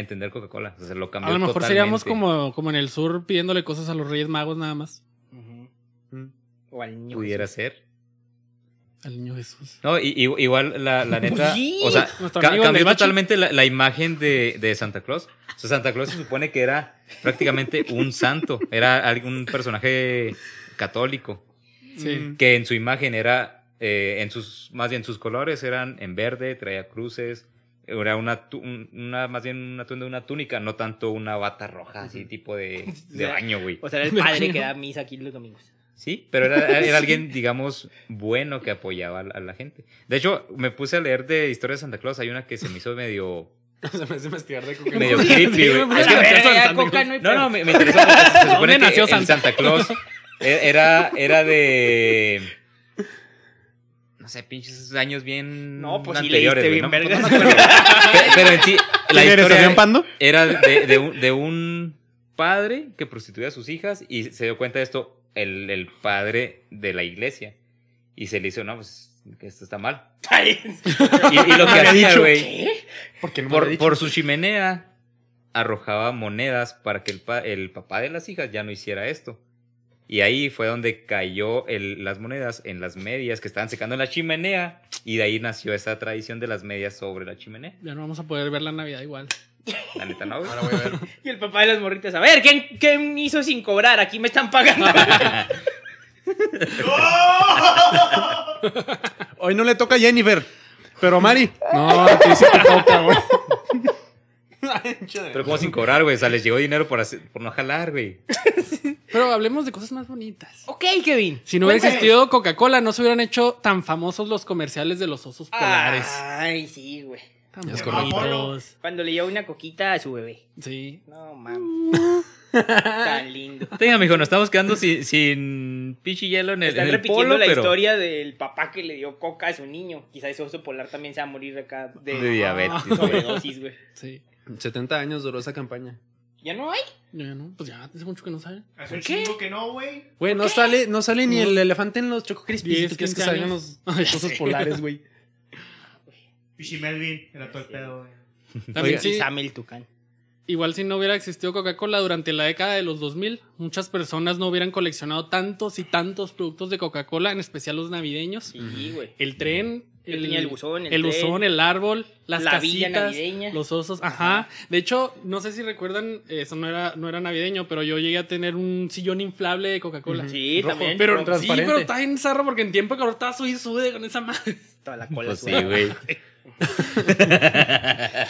entender Coca-Cola. O sea, lo cambió A lo mejor totalmente. seríamos como, como en el sur pidiéndole cosas a los Reyes Magos nada más. Ujú. Mm. O al niño. Pudiera ser. Al niño Jesús. No, y, y- igual la, la neta. Oye, o sea, nuestro ca- Pues amigo cambió Nevachi. totalmente la, la imagen de, de Santa Claus. O sea, Santa Claus se supone que era prácticamente un santo. Era algún personaje católico. Sí. Mm. Que en su imagen era. eh, en sus, más bien sus colores eran en verde, traía cruces. Era una, tu- un- una más bien una túnica, una túnica, no tanto una bata roja, así tipo de, de baño, güey. O sea, era el padre que da misa aquí los domingos. Sí, pero era, era alguien, digamos, bueno que apoyaba a la, a la gente. De hecho, me puse a leer de historias de Santa Claus. Hay una que se me hizo medio. Se me hace investigar de medio Coca-Cola. creepy, güey. Pues A Es la que- me verga, interesó el ya San coca Miguel. no hay pedo. No, no, me, me interesó porque se- se supone que nació el Santa? Santa Claus e- era, era de. No sé, pinches años bien. No, pues sí anteriores, leíste güey, bien ¿no? vergas. No me acuerdo, güey. Pe- Pero en sí, la ¿Quién eres, Adrián historia Pando? era de, de un, de un padre que prostituía a sus hijas y se dio cuenta de esto el, el padre de la iglesia. Y se le hizo, no, pues que esto está mal. Y, y lo que hacía, güey ¿Qué? Porque no me había por, dicho. por su chimenea arrojaba monedas para que el, pa- el papá de las hijas ya no hiciera esto. Y ahí fue donde cayó el- las monedas en las medias que estaban secando en la chimenea. Y de ahí nació esa tradición de las medias sobre la chimenea. Ya no vamos a poder ver la Navidad igual. La neta no, güey. Ahora voy a ver. Y el papá de las morritas. A ver, ¿quién, quién hizo sin cobrar? Aquí me están pagando. ¡Oh! Hoy no le toca a Jennifer, pero a Mari. No, a ti sí te toca, güey. Pero como sin cobrar, güey. O sea, les llegó dinero por, hacer- por no jalar, güey. Pero hablemos de cosas más bonitas. ok, Kevin. Si no hubiera Cuéntame. existido Coca-Cola, no se hubieran hecho tan famosos los comerciales de los Ah. osos polares. Ay, sí, güey. Tan Es bonitos. Cuando le lleva una coquita a su bebé. Sí. No, mames. Mm. Tan lindo. Tenga, mijo, nos estamos quedando sin, sin pinche hielo en el, Están en el repitiendo polo, la pero historia del papá que le dio coca a su niño. Quizá ese oso polar también se va a morir acá de, de diabetes. güey. sobredosis, güey. Sí. 70 años duró esa campaña. ¿Ya no hay? Yo ya no, pues ya hace mucho que no saben. Hace un ¿Qué? chingo que no, güey. Güey, no sale, no sale ni No. el elefante en los Choco Crispies. ¿Y 10, tú crees que 15 salgan años. los Ya sé. osos polares, güey? Pichi Melvin era todo el pedo, güey. También sí, Y Sam el tucán. igual si no hubiera existido Coca-Cola durante la década de los 2000, muchas personas no hubieran coleccionado tantos y tantos productos de Coca-Cola, en especial los navideños. Sí, güey. El tren, Yo tenía el buzón, el, el, tren, buzón, el árbol, las la villa casitas, navideña. los osos, ajá. De hecho, no sé si recuerdan, eso no era, no era navideño, pero yo llegué a tener un sillón inflable de Coca-Cola. Sí, Rojo, también. Pero Con sí, transparente. pero está en zarro porque en tiempo de calor estaba sube y sube con esa madre. Toda la cola Pues sí, sudada. güey.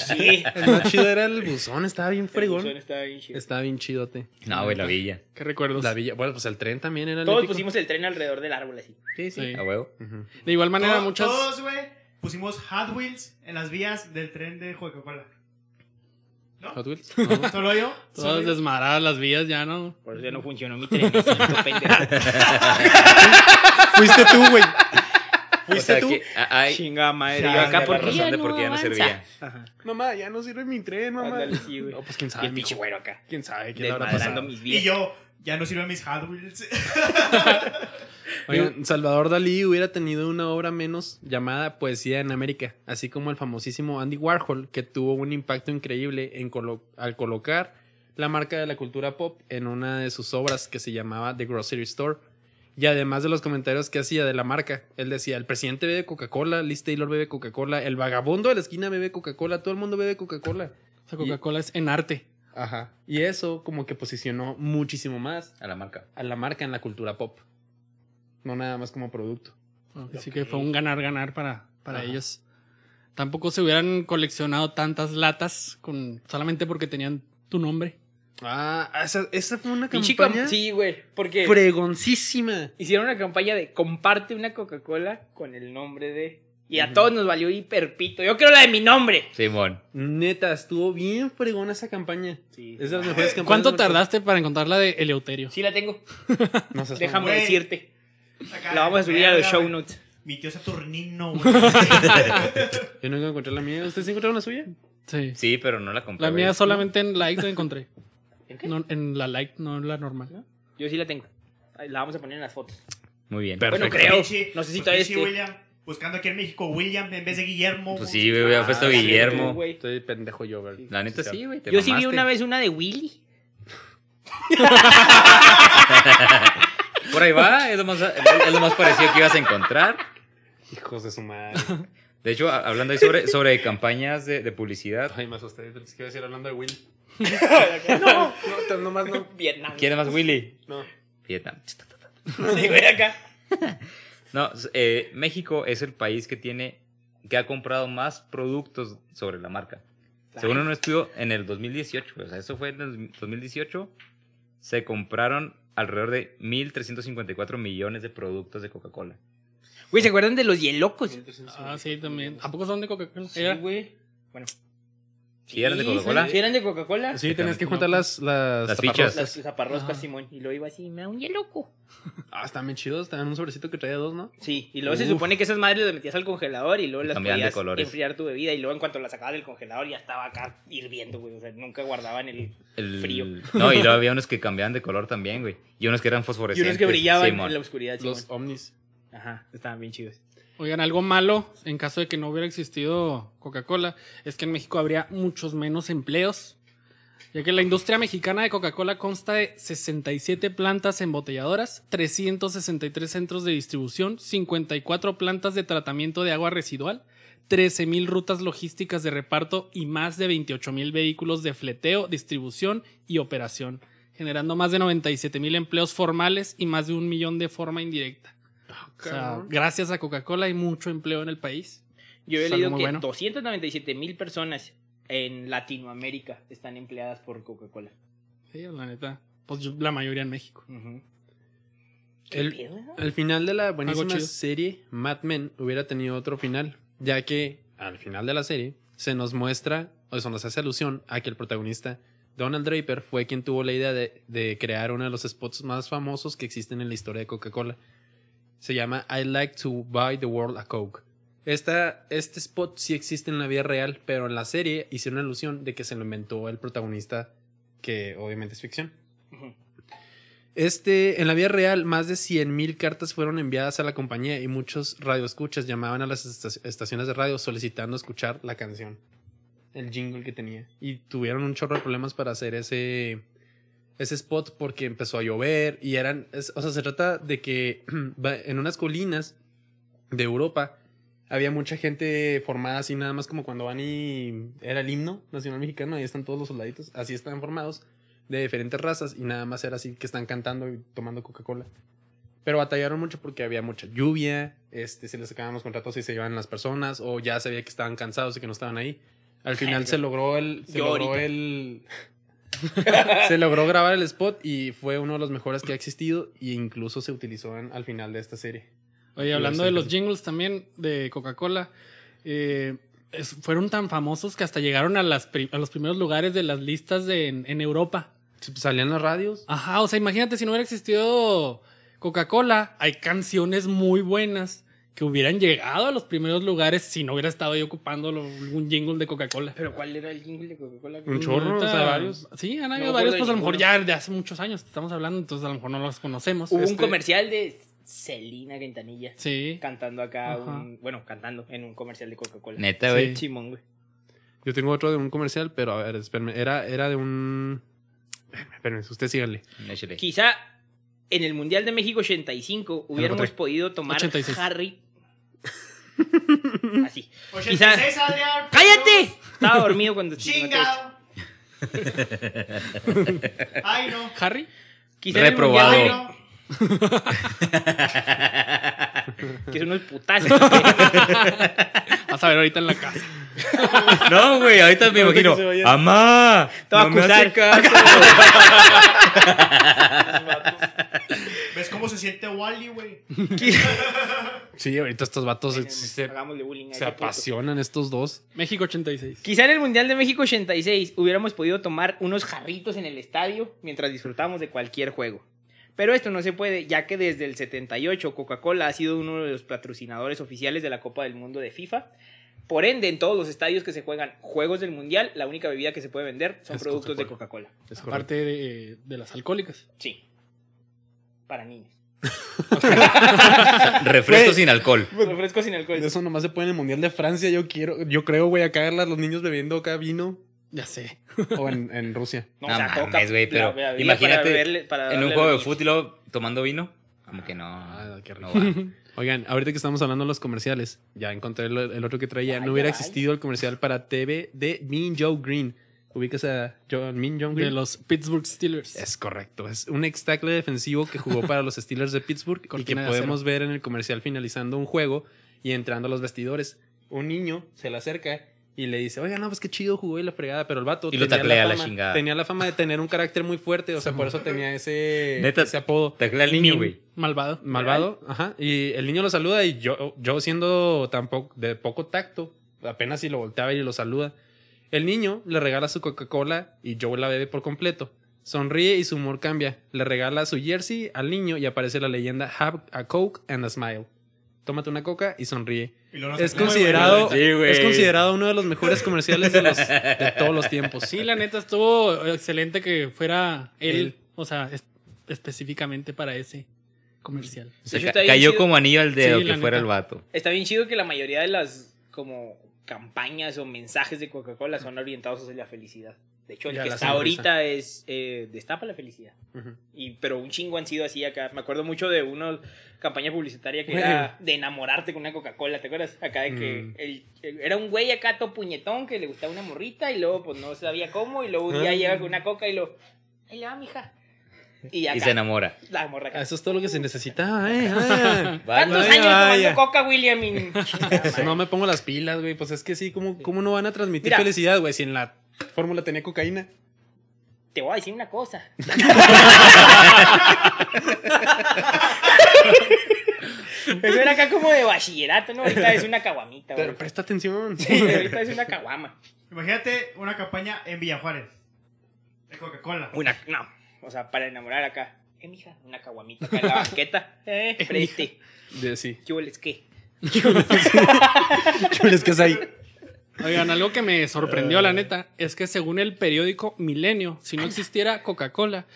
Sí. El más chido era el buzón, estaba bien El buzón fregón. estaba bien chido. Estaba bien chidote. No, güey, la villa. Qué recuerdos. La villa, bueno, pues el tren también era el Todos épico. pusimos el tren alrededor del árbol así. Sí, sí. Sí. A huevo. Ujú. De igual manera, Todos- muchas. Todos, güey, pusimos Hot Wheels en las vías del tren de Coca-Cola. Hot Wheels. ¿Solo yo? ¿Solo Todas yo? desmadradas las vías ya, ¿no? Por eso ya no funcionó mi trenecito, pendejo. Fuiste tú, güey. O sea, que a- hay Chinga madre. yo Yo Ya, acá acá ya, por por ya, razón de por qué ya no servía. Ajá. Mamá, ya no sirve mi tren, mamá. Ándale, sí, güey. No, pues quién Y sabe, el pinche mijo. güero acá. Quién sabe quién habrá Desmadrando pasado. mis Y vías. yo, ya no sirven mis Hot Wheels. Oigan, Salvador Dalí hubiera tenido una obra menos llamada Poesía en América, así como el famosísimo Andy Warhol, que tuvo un impacto increíble en colo- al colocar la marca de la cultura pop en una de sus obras que se llamaba The Grocery Store. Y además de los comentarios que hacía de la marca, él decía, el presidente bebe Coca-Cola, Liz Taylor bebe Coca-Cola, el vagabundo de la esquina bebe Coca-Cola, todo el mundo bebe Coca-Cola. O sea, Coca-Cola es en arte. Ajá. Y eso como que posicionó muchísimo más A la marca. a la marca en la cultura pop. No nada más como producto. Así que fue un ganar-ganar para, para Ajá. ellos. Tampoco se hubieran coleccionado tantas latas con solamente porque tenían tu nombre. Ah, esa, esa fue una Pinche campaña cam- Sí, güey. Porque fregoncísima. hicieron una campaña de comparte una Coca-Cola con el nombre de. Y a Ujú. todos nos valió hiperpito. Yo quiero la de mi nombre. Simón. Neta, estuvo bien fregona esa campaña. Sí. Es de las mejores campañas. ¿Cuánto porque- tardaste para encontrar la de Eleuterio? Sí la tengo. No seas Déjame Güey. decirte. Acá, La vamos a subir a los verga, show güey. notes. Mi tío Saturnino, güey. mamón. Yo nunca encontré la mía. ¿Ustedes sí encontraron la suya? Sí. Sí, pero no la compré. La mía güey. solamente en like la encontré. ¿En qué? No, en la like, no en la normal. Yo sí la tengo. Ahí La vamos a poner en las fotos. Muy bien. Perfecto. Bueno, creo. Pinche- No sé si pues todavía pinche esté. William, buscando aquí en México William en vez de Guillermo. Pues güey. sí, güey, hubiera Ah, puesto la neta, Guillermo. güey. Estoy pendejo yo, güey. La neta sí, güey. te Yo sí vi mamaste. una vez una de Willy. Por ahí va, es lo, más, es lo más parecido que ibas a encontrar. Hijos de su madre. De hecho, a- hablando ahí sobre, sobre campañas de, de publicidad, Ay, más ustedes. Pensé que iba a decir hablando de Will. no. No, t- nomás no. Vietnam. ¿quién es más Willy? No. Vietnam. Sí, güey, acá. No, s- eh, México es el país que tiene, que ha comprado más productos sobre la marca. Según un estudio en el 2018, güey, o sea, eso fue en el 2018, se compraron alrededor de 1.354 millones de productos de Coca-Cola. Güey, ¿se acuerdan de los hielocos? Ah, sí, también. ¿A poco son de Coca-Cola? Sí, Era- güey. Bueno. ¿Sí eran de Coca-Cola? sí, Ah, sí eran de Coca-Cola. Sí, tenías que juntar las... Las, Las taparroscas. fichas. Las zaparroscas, Ah. Simón. Y lo iba así, me da un hieloco. Ah, están bien chidos. Estaban en un sobrecito que traía dos, ¿no? Sí, y luego se Uf. supone que esas madres las metías al congelador y luego las Cambiaban de podías colores. enfriar tu bebida. Y luego, en cuanto la sacabas del congelador, ya estaba acá hirviendo, güey. O sea, nunca guardaban el. El- Frío. No, y luego había unos que cambiaban de color también, güey. Y unos que eran Y fosforescentes. unos que brillaban Pues Simón. en la oscuridad, Simón. Los ovnis. Ajá, estaban bien chidos. Oigan, algo malo, en caso de que no hubiera existido Coca-Cola, es que en México habría muchos menos empleos, ya que la industria mexicana de Coca-Cola consta de 67 plantas embotelladoras, 363 centros de distribución, 54 plantas de tratamiento de agua residual, 13.000 rutas logísticas de reparto y más de 28.000 vehículos de fleteo, distribución y operación, generando más de 97.000 empleos formales y más de un millón de forma indirecta. O sea, gracias a Coca-Cola hay mucho empleo en el país. Yo Es he algo leído muy que bueno. 297 mil personas en Latinoamérica están empleadas por Coca-Cola. Sí, la neta. Pues yo- la mayoría en México. El- Al final de la buenísima chido. serie, Mad Men hubiera tenido otro final, ya que al final de la serie se nos muestra, o se nos hace alusión a que el protagonista, Donald Draper, fue quien tuvo la idea de, de crear uno de los spots más famosos que existen en la historia de Coca-Cola. Se llama I Like to Buy the World a Coke. Esta, este spot sí existe en la vida real, pero en la serie hicieron alusión de que se lo inventó el protagonista, que obviamente es ficción. Este, en la vida real, más de 100.000 cartas fueron enviadas a la compañía y muchos radioescuchas llamaban a las esta- estaciones de radio solicitando escuchar la canción, el jingle que tenía. Y tuvieron un chorro de problemas para hacer ese, ese spot porque empezó a llover y eran, es- o sea, se trata de que va- en unas colinas de Europa había mucha gente formada así nada más como cuando van y era el himno nacional mexicano, ahí están todos los soldaditos, así están formados de diferentes razas y nada más era así que están cantando y tomando Coca-Cola. Pero batallaron mucho porque había mucha lluvia, este, se les sacaban los contratos y se iban las personas o ya se veía que estaban cansados y que no estaban ahí. Al final se logró el se Yo logró ahorita. el se logró grabar el spot y fue uno de los mejores que ha existido e incluso se utilizó en- al final de esta serie. Oye, Lo hablando sé, de los pero- jingles también de Coca-Cola, eh, es- fueron tan famosos que hasta llegaron a, las pri- a los primeros lugares de las listas de- en, en Europa. Salían las radios. Ajá, o sea, imagínate si no hubiera existido Coca-Cola, hay canciones muy buenas que hubieran llegado a los primeros lugares si no hubiera estado yo ocupando lo- un jingle de Coca-Cola. Pero ¿cuál era el jingle de Coca-Cola? Un chorro, o Ahorita- sea, varios. Sí, han habido No me acuerdo varios, de pues a lo mejor ninguno. ya de hace muchos años estamos hablando, entonces a lo mejor no los conocemos. Hubo un Este, comercial de Celina Quintanilla Sí. cantando acá, Ajá. un, bueno, cantando en un comercial de Coca-Cola. Neta, Sí. güey. Simón, güey. Yo tengo otro de un comercial, pero a ver, espérenme. Era, era de un. Espérenme, usted síganle. Échale. Quizá en el Mundial de México 85 hubiéramos encontré. podido tomar 86. Harry. Así. 86, Adrián. ¡Cállate! Estaba dormido cuando ¡Chingado! ¡Ay, no! Harry. Quizá en el Mundial Reprobado. de- ¡Ay, Pablo. no! Que son unos putazos. Vas a ver ahorita en la casa. No, güey, ahorita me Ahorita que imagino. se vaya. ¡Amá! Te va a no me acusar. hace caso". ¿Ves cómo se siente Wally, güey? Sí, ahorita estos vatos se, se- Hagámosle bullying a se ese puto. apasionan estos dos. México 86. Quizá en el Mundial de México 86 hubiéramos podido tomar unos jarritos en el estadio mientras disfrutamos de cualquier juego. Pero esto no se puede, ya que desde el 78 Coca-Cola ha sido uno de los patrocinadores oficiales de la Copa del Mundo de FIFA. Por ende, en todos los estadios que se juegan juegos del Mundial, la única bebida que se puede vender son Es productos de Coca-Cola. Es correcto. Aparte de, de las alcohólicas. Sí. Para niños. Refresco Güey. sin alcohol. Refresco sin alcohol. Eso nomás se puede en el Mundial de Francia, yo quiero, yo creo, güey, acá a los niños bebiendo acá vino. Ya sé. O en, en Rusia. No, No o sea, mames, Coca- güey, la pero bebida para imagínate beberle- para En darle un a juego de los niños. fútbol y luego tomando vino. Como que no. Ah, qué rico. no va. Oigan, ahorita que estamos hablando de los comerciales, ya encontré el, el otro que traía. Ay, no hubiera ay. existido el comercial para TV de Mean Joe Green. ¿Ubicas a John, Mean Joe De Green? los Pittsburgh Steelers. Es correcto. Es un ex tackle defensivo que jugó para los Steelers de Pittsburgh y que Cortina de podemos ver en el comercial finalizando un juego y entrando a los vestidores. Un niño se le acerca y le dice, oiga, no, pues qué chido jugó y la fregada, pero el vato Y lo taclea a la fama- chingada. tenía la fama de tener un carácter muy fuerte, o sea, por eso tenía ese, Neta. ese apodo. Taclea al niño, güey. Malvado. Malvado, ajá. Y el niño lo saluda y yo, yo siendo tampoco de poco tacto, apenas si lo volteaba y lo saluda. El niño le regala su Coca-Cola y Joe la bebe por completo. Sonríe y su humor cambia. Le regala su jersey al niño y aparece la leyenda Have a Coke and a Smile. Tómate una coca y sonríe. Y luego nos Es sacamos, considerado, güey. Sí, güey. es considerado uno de los mejores comerciales de, los- de todos los tiempos. Sí, la neta estuvo excelente que fuera él. Él. O sea, es- específicaamente para ese comercial. Se Eso ca- está bien cayó chido. como anillo al dedo Sí, la que fuera neta. el vato. Está bien chido que la mayoría de las como campañas o mensajes de Coca-Cola son orientados hacia la felicidad. De hecho, el Y a que la está sonrisa. ahorita es eh, Destapa la felicidad. Ujú. Y, pero un chingo han sido así acá. Me acuerdo mucho de una campaña publicitaria que era de enamorarte con una Coca-Cola, ¿te acuerdas? Acá de que Mm. el- el- era un güey acá todo puñetón que le gustaba una morrita y luego pues no sabía cómo y luego un día Ah. llega con una coca y lo... Ahí le va, mija. Y acá, Y se enamora. la morra acá. Eso es todo lo que se necesitaba, ¿eh? Ah. ¿Cuántos Vaya, años vaya. tomando coca, William? Y- Pues no me pongo las pilas, güey. Pues es que sí, ¿cómo, cómo no van a transmitir Mira. felicidad, güey? Si en la fórmula tenía cocaína. Te voy a decir una cosa. Eso era acá como de bachillerato, ¿no? Ahorita es una caguamita, güey. Pero presta atención. Sí, ahorita es una caguama. Imagínate una campaña en Villa Juárez. De Coca-Cola. Una, no. O sea, para enamorar acá. Eh, mija, una caguamita acá en la banqueta. Eh, preste. De sí. ¿Qué hueles qué? Chules, que es ahí? Oigan, algo que me sorprendió, la neta, es que según el periódico Milenio, si no existiera Coca-Cola,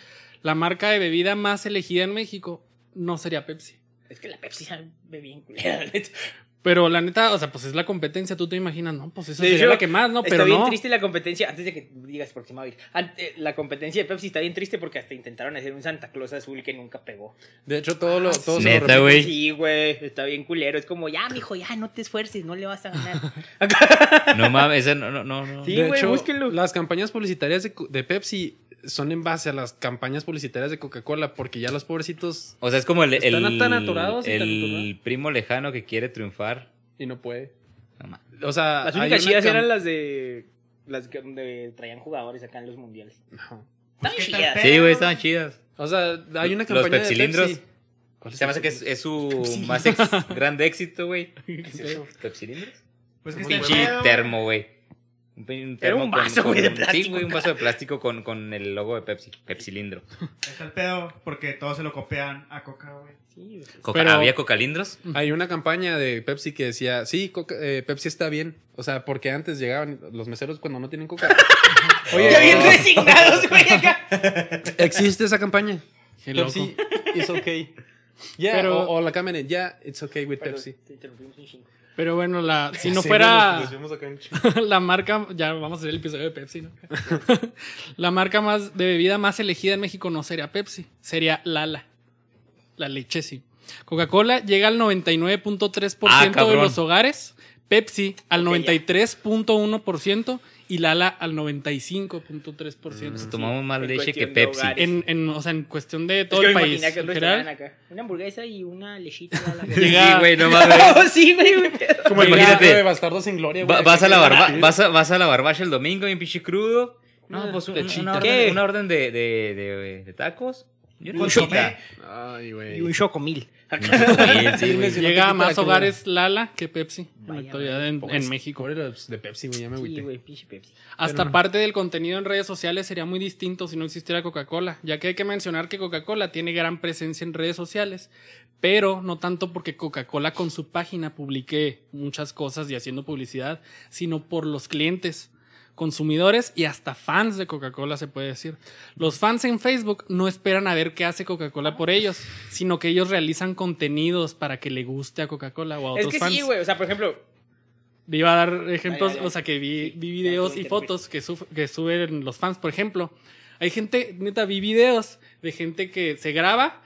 la marca de bebida más elegida en México no sería Pepsi. Es que la Pepsi sabe bien culera, la neta. Pero la neta, o sea, pues es la competencia, tú te imaginas, ¿no? Pues esa De sería hecho, la que más, ¿no? está Pero bien no. triste la competencia, antes de que digas por qué me voy a ir. Ante- La competencia de Pepsi está bien triste porque hasta intentaron hacer un Santa Claus azul que nunca pegó. De hecho, todo lo. Todo se lo Neta, repite. güey. Sí, güey, está bien culero. Es como, ya, mijo, ya, no te esfuerces, no le vas a ganar. No mames, esa no, no, no. no. Sí, De güey, hecho, búsquenlo. las campañas publicitarias de, co- de Pepsi son en base a las campañas publicitarias de Coca-Cola, porque ya los pobrecitos. O sea, es como el, el, Están tan atorados y tan el atorados. primo lejano que quiere triunfar. Y no puede. No mames. O sea. Las hay únicas una chidas cam- eran las de. Las que donde traían jugadores acá en los mundiales. No. Están Pues, ¿qué tal chidas. pe- Sí, güey, estaban chidas. O sea, hay una Los campaña. de pepsilindros. Pepsi. ¿Cuál Se me hace que es, es su más ex- grande éxito, güey. ¿Pepsilindros? Pues que Un está el pinche pedo, termo, güey. Un pin- Era un vaso, güey, de sí, plástico. güey, un vaso de plástico con, con el logo de Pepsi. Pepsilindro. Está el pedo porque todos se lo copian a Coca, güey. Coca- Pero- ¿Había cocalindros? Hay una campaña de Pepsi que decía, sí, Coca- eh, Pepsi está bien. O sea, porque antes llegaban los meseros cuando no tienen coca. Oye, Ya bien no, resignados, güey, acá. existe esa campaña. Qué loco. Pepsi is okay. Ya, Pero- o, o la cámara, ya, it's okay with Pepsi. Pero bueno, la, si no Sí, fuera... güey, nos pusimos acá en chinga. la marca, ya vamos a hacer el episodio de Pepsi, ¿no? la marca más de bebida más elegida en México no sería Pepsi, sería Lala. La leche, sí. Coca-Cola llega al 99.3% Ah, de cabrón. los hogares, Pepsi al Ok, ya. 93.1% y Lala al Mm, 95.3%. Pues tomamos más En leche que cuestión de Pepsi. hogares. En, en- o sea, en cuestión de Es todo que me el país. imaginé que el en resto general. eran acá. Una hamburguesa y una lechita. a la Llega- Sí, güey, no mames. Oh, sí, güey. güey. Como el Imagínate. gato de Bastardo sin Gloria, güey. Va- vas, a la barba, vas, a, vas a la barbacha el domingo, bien pinche crudo. No, Ah, pues un- de una, chita. orden, ¿Qué? una orden de, de, de- de tacos. Yo Con chita. chomé. Ay, Y un güey. chocomil. No, sí, güey. Si no te Llega a quita la más cruda. hogares Lala que Pepsi en la Vaya, este. actualidad en- en, Pobres- México. pobres los de Pepsi, güey, ya me Sí, agüité. güey, pinche Pepsi. Hasta parte del contenido en redes sociales sería muy distinto si no existiera Coca-Cola, ya que hay que mencionar que Coca-Cola tiene gran presencia en redes sociales, pero no tanto porque Coca-Cola con su página publique muchas cosas y haciendo publicidad, sino por los clientes, consumidores y hasta fans de Coca-Cola se puede decir. Los fans en Facebook no esperan a ver qué hace Coca-Cola por ellos, sino que ellos realizan contenidos para que le guste a Coca-Cola o a otros Es que fans. sí, güey. O sea, por ejemplo, Le iba a dar ejemplos, Ay, ay, ay. o sea, que vi, Sí, vi ya videos estuvo y interrumpir. fotos que, suf- que suben los fans, por ejemplo. Hay gente, neta, vi videos de gente que se graba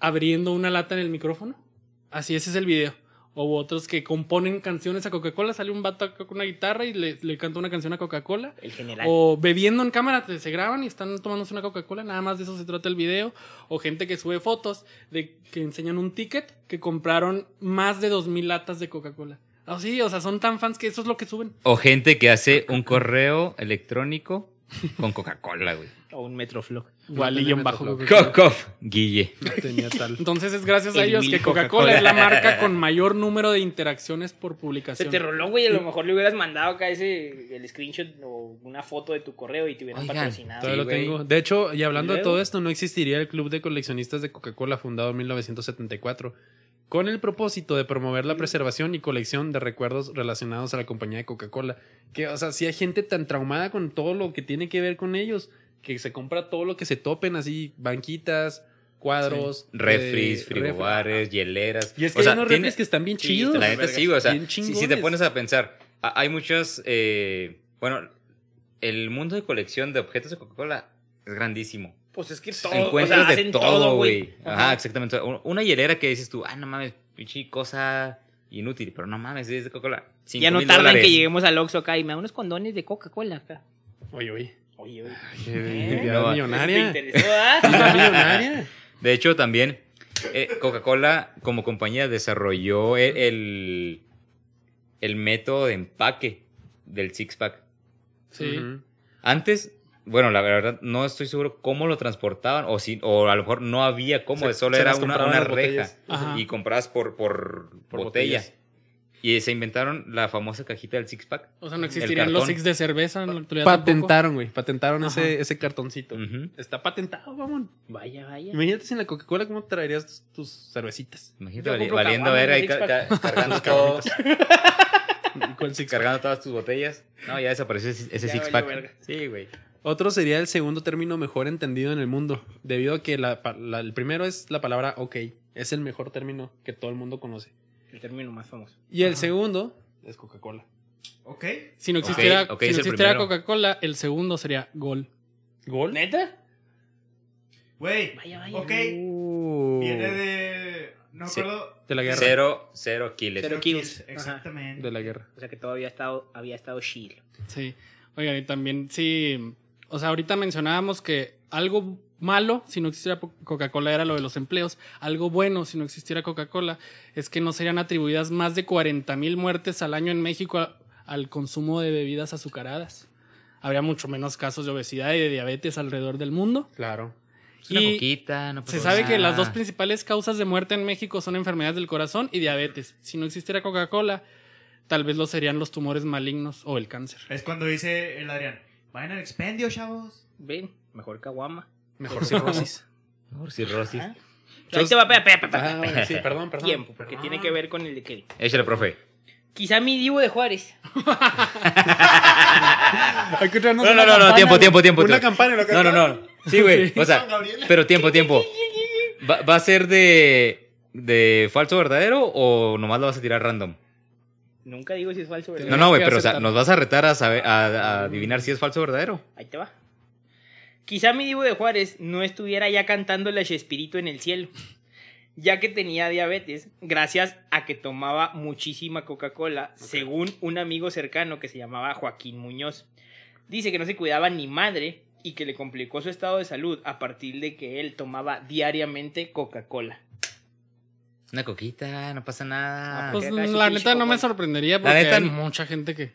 abriendo una lata en el micrófono. Así, ese es el video. O otros que componen canciones a Coca-Cola. Sale un vato acá con una guitarra y le, le canta una canción a Coca-Cola. el general. O bebiendo en cámara, te- se graban y están tomándose una Coca-Cola, nada más de eso se trata el video. O gente que sube fotos de que enseñan un ticket que compraron más de 2.000 latas de Coca-Cola. Ah, sí, o sea, son tan fans que eso es lo que suben. O gente que hace un correo electrónico con Coca-Cola, güey. O un Metroflog. Gualillo en tenía bajo Metroflog. Coca-Cola. Cof, Guille. No tenía tal. Entonces es gracias a El ellos que mil Coca-Cola Coca-Cola. es la marca con mayor número de interacciones por Se publicación. te roló, güey. A lo mejor le hubieras mandado acá ese, el screenshot o una foto de tu correo y te hubieran Oigan, patrocinado. Todavía Sí, lo güey. tengo. De hecho, y hablando ¿Y de luego? todo esto, no existiría el Club de Coleccionistas de Coca-Cola fundado en 1974, con el propósito de promover la preservación y colección de recuerdos relacionados a la compañía de Coca-Cola. Que, o sea, si hay gente tan traumada con todo lo que tiene que ver con ellos, que se compra todo lo que se topen, así, banquitas, cuadros, Refris, eh, frigobares, hieleras. refri- Y es que O sea, hay unos tiene- refris que están bien Sí, chidos. La neta sí, güey. O sea, Bien si, si te chingones. pones a pensar, a- hay muchas. eh, bueno, el mundo de colección de objetos de Coca-Cola es grandísimo. Pues es que todo. Encuentras o sea, de hacen todo, güey. Ajá. Ajá, exactamente. Un- Una hielera que dices tú, ah, no mames, pinche cosa inútil, pero no mames, es de Coca-Cola. Ya no tardan que lleguemos al Oxxo acá y me da unos condones de Coca-Cola acá. Oye, oye. Oye, oye. ¿Eh? No, millonaria. ¿Te interesó, ah? Ya millonaria. De hecho, también eh, Coca-Cola como compañía desarrolló el, el, el método de empaque del six-pack. Sí. Ujú. Antes, bueno, la verdad, no estoy seguro cómo lo transportaban, o, si, o a lo mejor no había cómo, Se- solo se era las una, compraban una las reja. botellas. Ajá. Y comprabas por, por, Por botella. botellas. Y se inventaron la famosa cajita del six-pack. O sea, no El existirían los cartón. six de cerveza en la actualidad tampoco. Patentaron, güey. Patentaron Ajá. ese, ese cartoncito. Ujú. Está patentado, vamos. Vaya, vaya. Imagínate sin la Coca-Cola, ¿cómo traerías tus, tus cervecitas? Imagínate, Yo vali- compro valiendo caguamas ver de ahí ca- six-pack. ca- cargando, todo- ¿Cuál six cargando todas tus botellas. No, ya desapareció ese, Ya ese valió six-pack. verga. Sí, güey. Otro sería el segundo término mejor entendido en el mundo, debido a que la pa- la- el primero es la palabra ok. Es el mejor término que todo el mundo conoce. El término más famoso. Y el Ajá. segundo es Coca-Cola. ¿Ok? Si no Ok, existiera, ok, si es el no existiera primero. Coca-Cola, el segundo sería Gol. ¿Gol? ¿Neta? Güey, Vaya, vaya. ok. Uh. Viene de. No me Sí. acuerdo. De la guerra. Cero, cero kills. Cero kills. Ajá. Exactamente. De la guerra. O sea que todavía ha estado, había estado chill. Sí. Oigan, y también sí. O sea, ahorita mencionábamos que algo malo, si no existiera po- Coca-Cola, era lo de los empleos. Algo bueno, si no existiera Coca-Cola, es que no serían atribuidas más de 40 mil muertes al año en México a- al consumo de bebidas azucaradas. Habría mucho menos casos de obesidad y de diabetes alrededor del mundo. Claro. Es una ah. Y- coquita, no Se pasa sabe que nada. las dos principales causas de muerte en México son enfermedades del corazón y diabetes. Si no existiera Coca-Cola, tal vez lo serían los tumores malignos o el cáncer. Es cuando dice el Adrián, vayan al expendio, chavos. Ven, mejor caguama. Mejor cirrosis. Por cirrosis. Ajá. Yo- Ahí te va, espera, espera, espera, Ah, espera. bueno, sí, perdón, perdón. Ah. Tiempo, porque perdón. tiene que ver con el de que. Échale, profe. Quizá mi Divo de Juárez. Hay que traernos No, no, una no, no, campana, tiempo, güey. tiempo, tiempo, Una tiempo. campana, lo que No, no, no. Sí, güey. O sea, pero tiempo, tiempo. ¿Va, va a ser de, de falso verdadero o nomás lo vas a tirar random? Nunca digo si es falso, ¿verdad? No, no, güey, que pero o sea, aceptar. nos vas a retar a, saber, a, a adivinar si es falso o verdadero. Ahí te va. Quizá mi Divo de Juárez no estuviera ya cantando el Espíritu en el cielo, ya que tenía diabetes, gracias a que tomaba muchísima Coca-Cola, según un amigo cercano que se llamaba Joaquín Muñoz. Dice que no se cuidaba ni madre y que le complicó su estado de salud a partir de que él tomaba diariamente Coca-Cola. Una coquita, no pasa Ah, nada. Pues ok, así la pinche neta no me copón. sorprendería La porque neta, hay no. mucha gente que...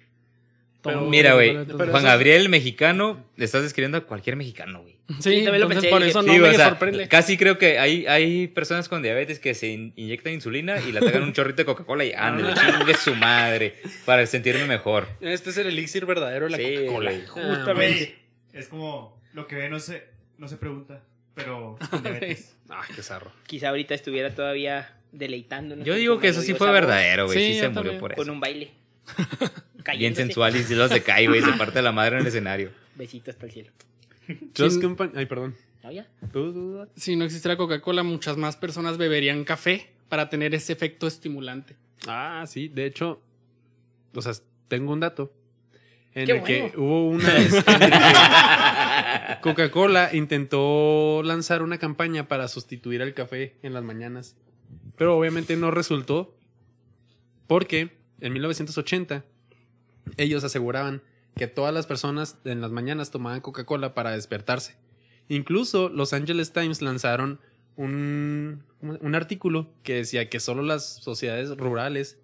Pero- toma Mira, güey, Coca-Cola, pero Juan eso- Gabriel, el mexicano, le estás describiendo a cualquier mexicano, güey. entonces- Sí, Sí, también lo entonces pensé, por dije, eso no Sí, güey, me o sea, sorprende. casi creo que hay, hay personas con diabetes que se in- inyectan insulina y la tragan un chorrito de Coca-Cola y ándale, chingue su madre, para sentirme mejor. Este es el elixir verdadero de la Sí, Coca-Cola. güey. Justamente. Güey, es como lo que ve no se, no se pregunta, pero con diabetes. Ah, qué zarro. Quizá ahorita estuviera todavía deleitándonos. Yo con digo su que eso sí melodiosa fue voz verdadero, güey. Sí, Sí, yo se murió también. por Con eso. un baile. Bien Cayéndose. sensual y si lo se cae, güey, se parte la madre en el escenario. Besitos para el cielo. Just Sí. Company. Ay, perdón. ¿No ya? Tú, tú, tú. Si no existiera Coca-Cola, muchas más personas beberían café para tener ese efecto estimulante. Ah, sí, de hecho, o sea, tengo un dato. En Qué el que bueno. hubo una vez en el que Coca-Cola intentó lanzar una campaña para sustituir al café en las mañanas. Pero obviamente no resultó porque en 1980 ellos aseguraban que todas las personas en las mañanas tomaban Coca-Cola para despertarse. Incluso Los Angeles Times lanzaron un, un artículo que decía que solo las sociedades rurales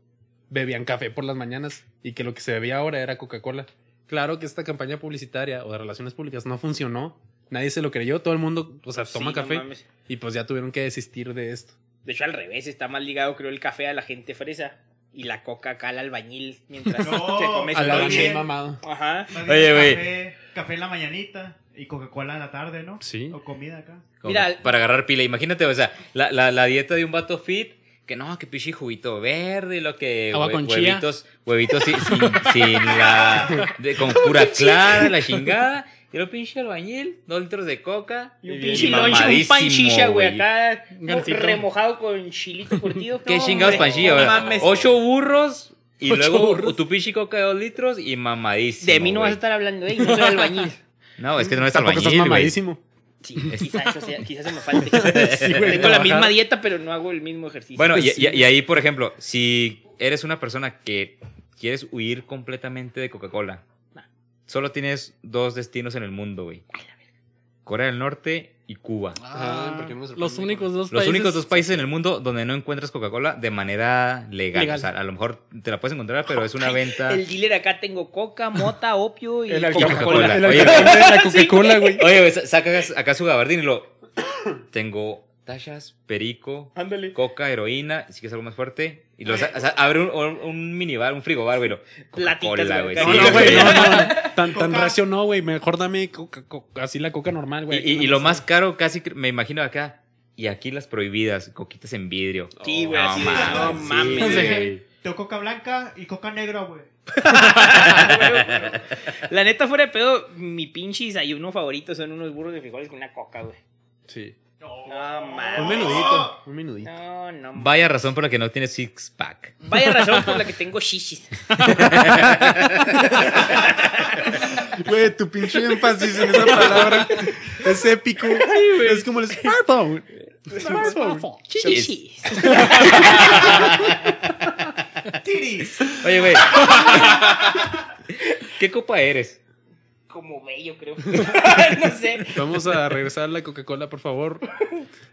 bebían café por las mañanas y que lo que se bebía ahora era Coca-Cola. Claro que esta campaña publicitaria o de relaciones públicas no funcionó. Nadie se lo creyó, todo el mundo, o sea, toma Sí, no café mames. y pues ya tuvieron que desistir de esto. De hecho, al revés, está más ligado, creo, el café a la gente fresa y la coca al albañil mientras No, te comes a Al el la Adán Oye. bien lonche. mamado. Ajá. Más Oye, bien güey. Café, café en la mañanita y Coca-Cola en la tarde, ¿no? Sí. O comida acá. Como Mira- para agarrar pila. Imagínate, o sea, la, la- la dieta de un vato fit, que no, que pichi juguito verde, lo que Agua hue- con chía. huevitos, huevitos sin, sin- sin la de- con pura clara, la chingada. Y lo pinche albañil, dos litros de coca. Y un Y pinche bien lonche, un mamadísimo, panchicha, güey, güey. acá Gansito. remojado con chilito curtido. ¿Qué No, chingados hombre, panchillo? no verdad? mames. Ocho burros y Ocho luego burros. tu pinche coca de dos litros y mamadísimo. De mí no vas a güey. estar hablando, ¿eh? Yo soy albañil. No, es que no es Tampoco estás albañil, güey. mamadísimo. Sí, quizás eso sea, quizá se me falte. Tengo la trabajar. misma dieta, pero no hago el mismo ejercicio. Pues Bueno, y, Sí. y- y ahí, por ejemplo, si eres una persona que quieres huir completamente de Coca-Cola, Nah. solo tienes dos destinos en el mundo, güey. Corea del Norte y Cuba. Ah, ¿por qué no me sorprende? los únicos Los dos países. únicos dos países en el mundo donde no encuentras Coca-Cola de manera legal. Legal. O sea, a lo mejor te la puedes encontrar, pero es una venta. El dealer acá tengo coca, mota, opio y El Coca-Cola. alcohol. El Oye, alcohol de la Coca-Cola, güey. Oye, güey, sa- sacas acá su gabardín y lo. Tengo tachas, perico, Ándale. coca, heroína, si quieres algo más fuerte. Y lo Oye. sa- o sea, abre un, un, un minibar, un frigobar, güey. y lo, Platitas, Coca-Cola, güey. güey. No, Sí, no, güey, güey. no, no. Tan, tan Coca. racio no, güey. Mejor dame coca, coca- así la coca normal, Y, güey. y- y lo más caro, casi cre- me imagino acá. Y aquí las prohibidas, coquitas en vidrio. Sí, güey, así de- no sí, mames, güey. Tengo coca blanca y coca negra, güey. Ah, La neta, fuera de pedo, mi pinche desayuno favorito son unos burros de frijoles con una coca, güey. Sí. No, mames. Un menudito. Un menudito. No, no. ma- Vaya razón por la que no tiene six pack. Vaya razón por la que tengo shishis. Güey, tu pinche énfasis en esa palabra es épico. es como el smartphone. Smartphone. Shishis. Tiris. Oye, güey. ¿Qué copa eres? Como bello, creo. no sé. Vamos a regresar a la Coca-Cola, por favor.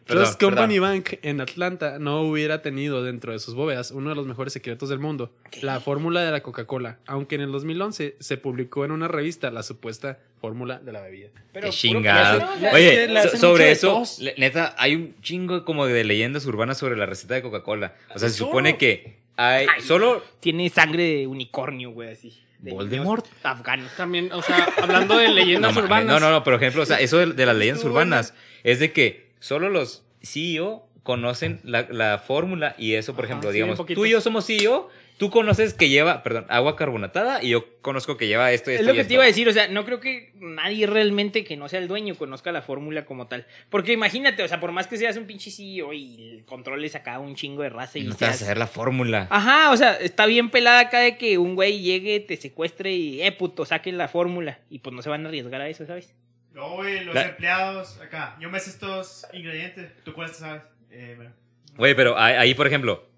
Perdón, Trust Company perdón. Bank en Atlanta no hubiera tenido dentro de sus bóvedas uno de los mejores secretos del mundo, la fórmula de la Coca-Cola, aunque en el 2011 se publicó en una revista la supuesta fórmula de la bebida. Pero Qué puro chingado. placer, ¿no? es Oye, que le so- hacen mucho sobre de eso, tos. le- neta, hay un chingo como de leyendas urbanas sobre la receta de Coca-Cola. O sea, se Todo. supone que Hay, Ay, solo Tiene sangre de unicornio, güey, así. De Voldemort. niños Afganos. También, o sea, hablando de leyendas no, mames, urbanas. No, no, no, por ejemplo, o sea, eso de, de las leyendas urbanas es de que solo los CEO conocen la, la fórmula y eso, por Ajá, ejemplo, sí, digamos, un poquito. tú y yo somos CEO, tú conoces que lleva, perdón, agua carbonatada y yo conozco que lleva esto y esto. Es lo y que esto. te iba a decir, o sea, no creo que nadie realmente que no sea el dueño conozca la fórmula como tal. Porque imagínate, o sea, por más que seas un pinche CEO y controles acá un chingo de raza y No te vas a seas- saber la fórmula. Ajá, o sea, está bien pelada acá de que un güey llegue, te secuestre y, eh, puto, saquen la fórmula. Y pues no se van a arriesgar a eso, ¿sabes? No, güey, los La- empleados acá. Yo me sé estos ingredientes. ¿Tú cuáles te sabes? Eh, bueno. Güey, pero ahí, ahí, por ejemplo,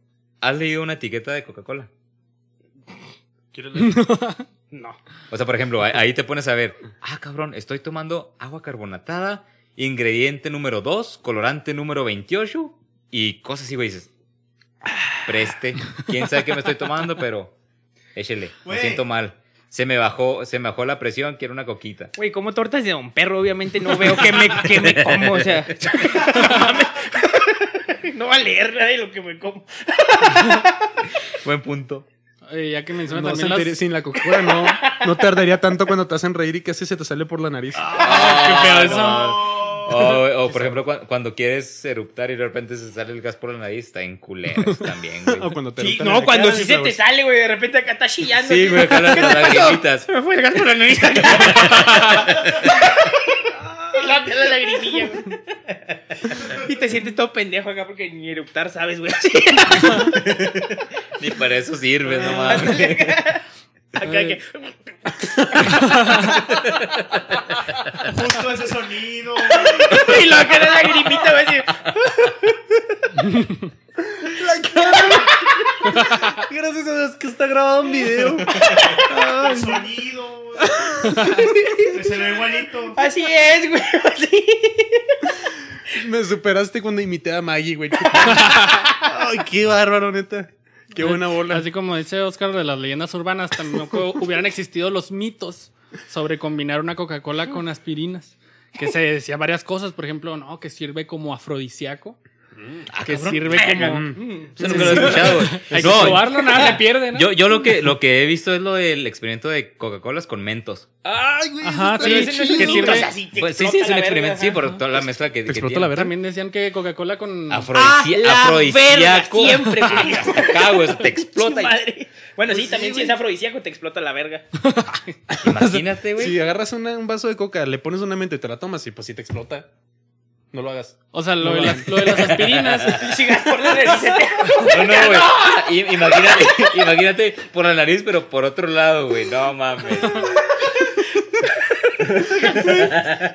¿has leído una etiqueta de Coca-Cola? ¿Quieres leer? No. O sea, por ejemplo, ahí, ahí te pones a ver, ah, cabrón, estoy tomando agua carbonatada, ingrediente número 2, colorante número 28 y cosas así, güey, dices, "Ah, preste, quién sabe qué me estoy tomando, pero échele, me Güey. siento mal. Se me bajó, se me bajó la presión, quiero una coquita. Güey, como tortas de don perro, obviamente no veo que me, qué me como, o sea. no va a leer nada de lo que me como. Buen punto. Eh, ya que menciona No se también las... entere- Sin la Coca-Cola no, no tardaría tanto cuando te hacen reír y casi se te sale por la nariz. Ah. Ah, qué pedo eso. No. O, o, por ejemplo, cua- cuando quieres eruptar y de repente se sale el gas por la nariz, está en culeras también, güey. O cuando te Sí, eructan en no, la cuando cara, sí dices, se te sale, güey, de repente acá está chillando. así. Sí, güey, acá las las lagrimitas. Se me fue el gas por la nariz. la, la lagrimilla, güey. Y te sientes todo pendejo acá porque ni eructar sabes, güey. Así, Ni para eso sirve, no Ah, mames. acá que- Justo ese sonido, güey. Y lo acá la lagrimita, güey. así. Gracias a Dios que está grabado un video. El sonido, güey. Que se ve igualito. Así es, güey. Así. Me superaste cuando imité a Maggie, güey. Ay, qué bárbaro, neta. Qué buena bola. Eh, Así como dice Oscar de las leyendas urbanas, tampoco hubieran existido los mitos sobre combinar una Coca-Cola con aspirinas. Que se decía varias cosas, por ejemplo, no, que sirve como afrodisiaco. que sirve como. Mm. Eso nunca lo he escuchado, güey. Hay No, que probarlo, nada se pierde, ¿no? Yo, yo lo que lo que he visto es lo del experimento de Coca-Colas con mentos. Ay, güey. Ajá, Pero sí, ese no es un que mito, sirve- o sea, sí, te Pues sí, sí, explota es un la experimento, verga, sí, ajá. por toda la mezcla que, Te que explotó tiene. la verga. También decían que Coca-Cola con. Ah, Afrodisi- la verga, afrodisíaco. siempre, güey. Hasta acá, güey, se te explota. Su madre. Bueno, sí, Pues sí, también si güey. es afrodisíaco te explota la verga. Imagínate, güey. Si agarras una- un vaso de coca, le pones una mente y te la tomas y pues si te explota. No lo hagas. O sea, lo de las, lo de las aspirinas. Ah, Sigas por la nariz, se te- No, no, güey. I- Imagínate, imagínate por la nariz, pero por otro lado, güey. No mames.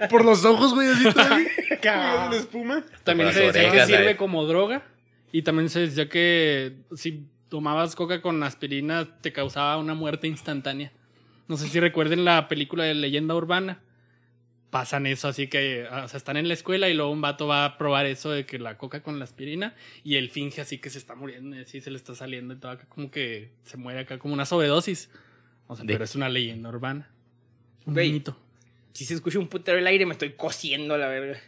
Por los ojos, güey, así todavía. la espuma. También Por se las decía que orejas, la sirve de- como droga. Y también se decía que si tomabas coca con aspirina te causaba una muerte instantánea. No sé si recuerden la película de leyenda urbana. Pasan eso, así que ah, o sea, están en la escuela y luego un vato va a probar eso de que la coca con la aspirina y él finge así que se está muriendo, y así se le está saliendo y todo acá como que se muere acá como una sobredosis. O sea, De- pero es una leyenda urbana. Un Güey. mito. Si se escucha un putero el aire, me estoy cosiendo a la verga.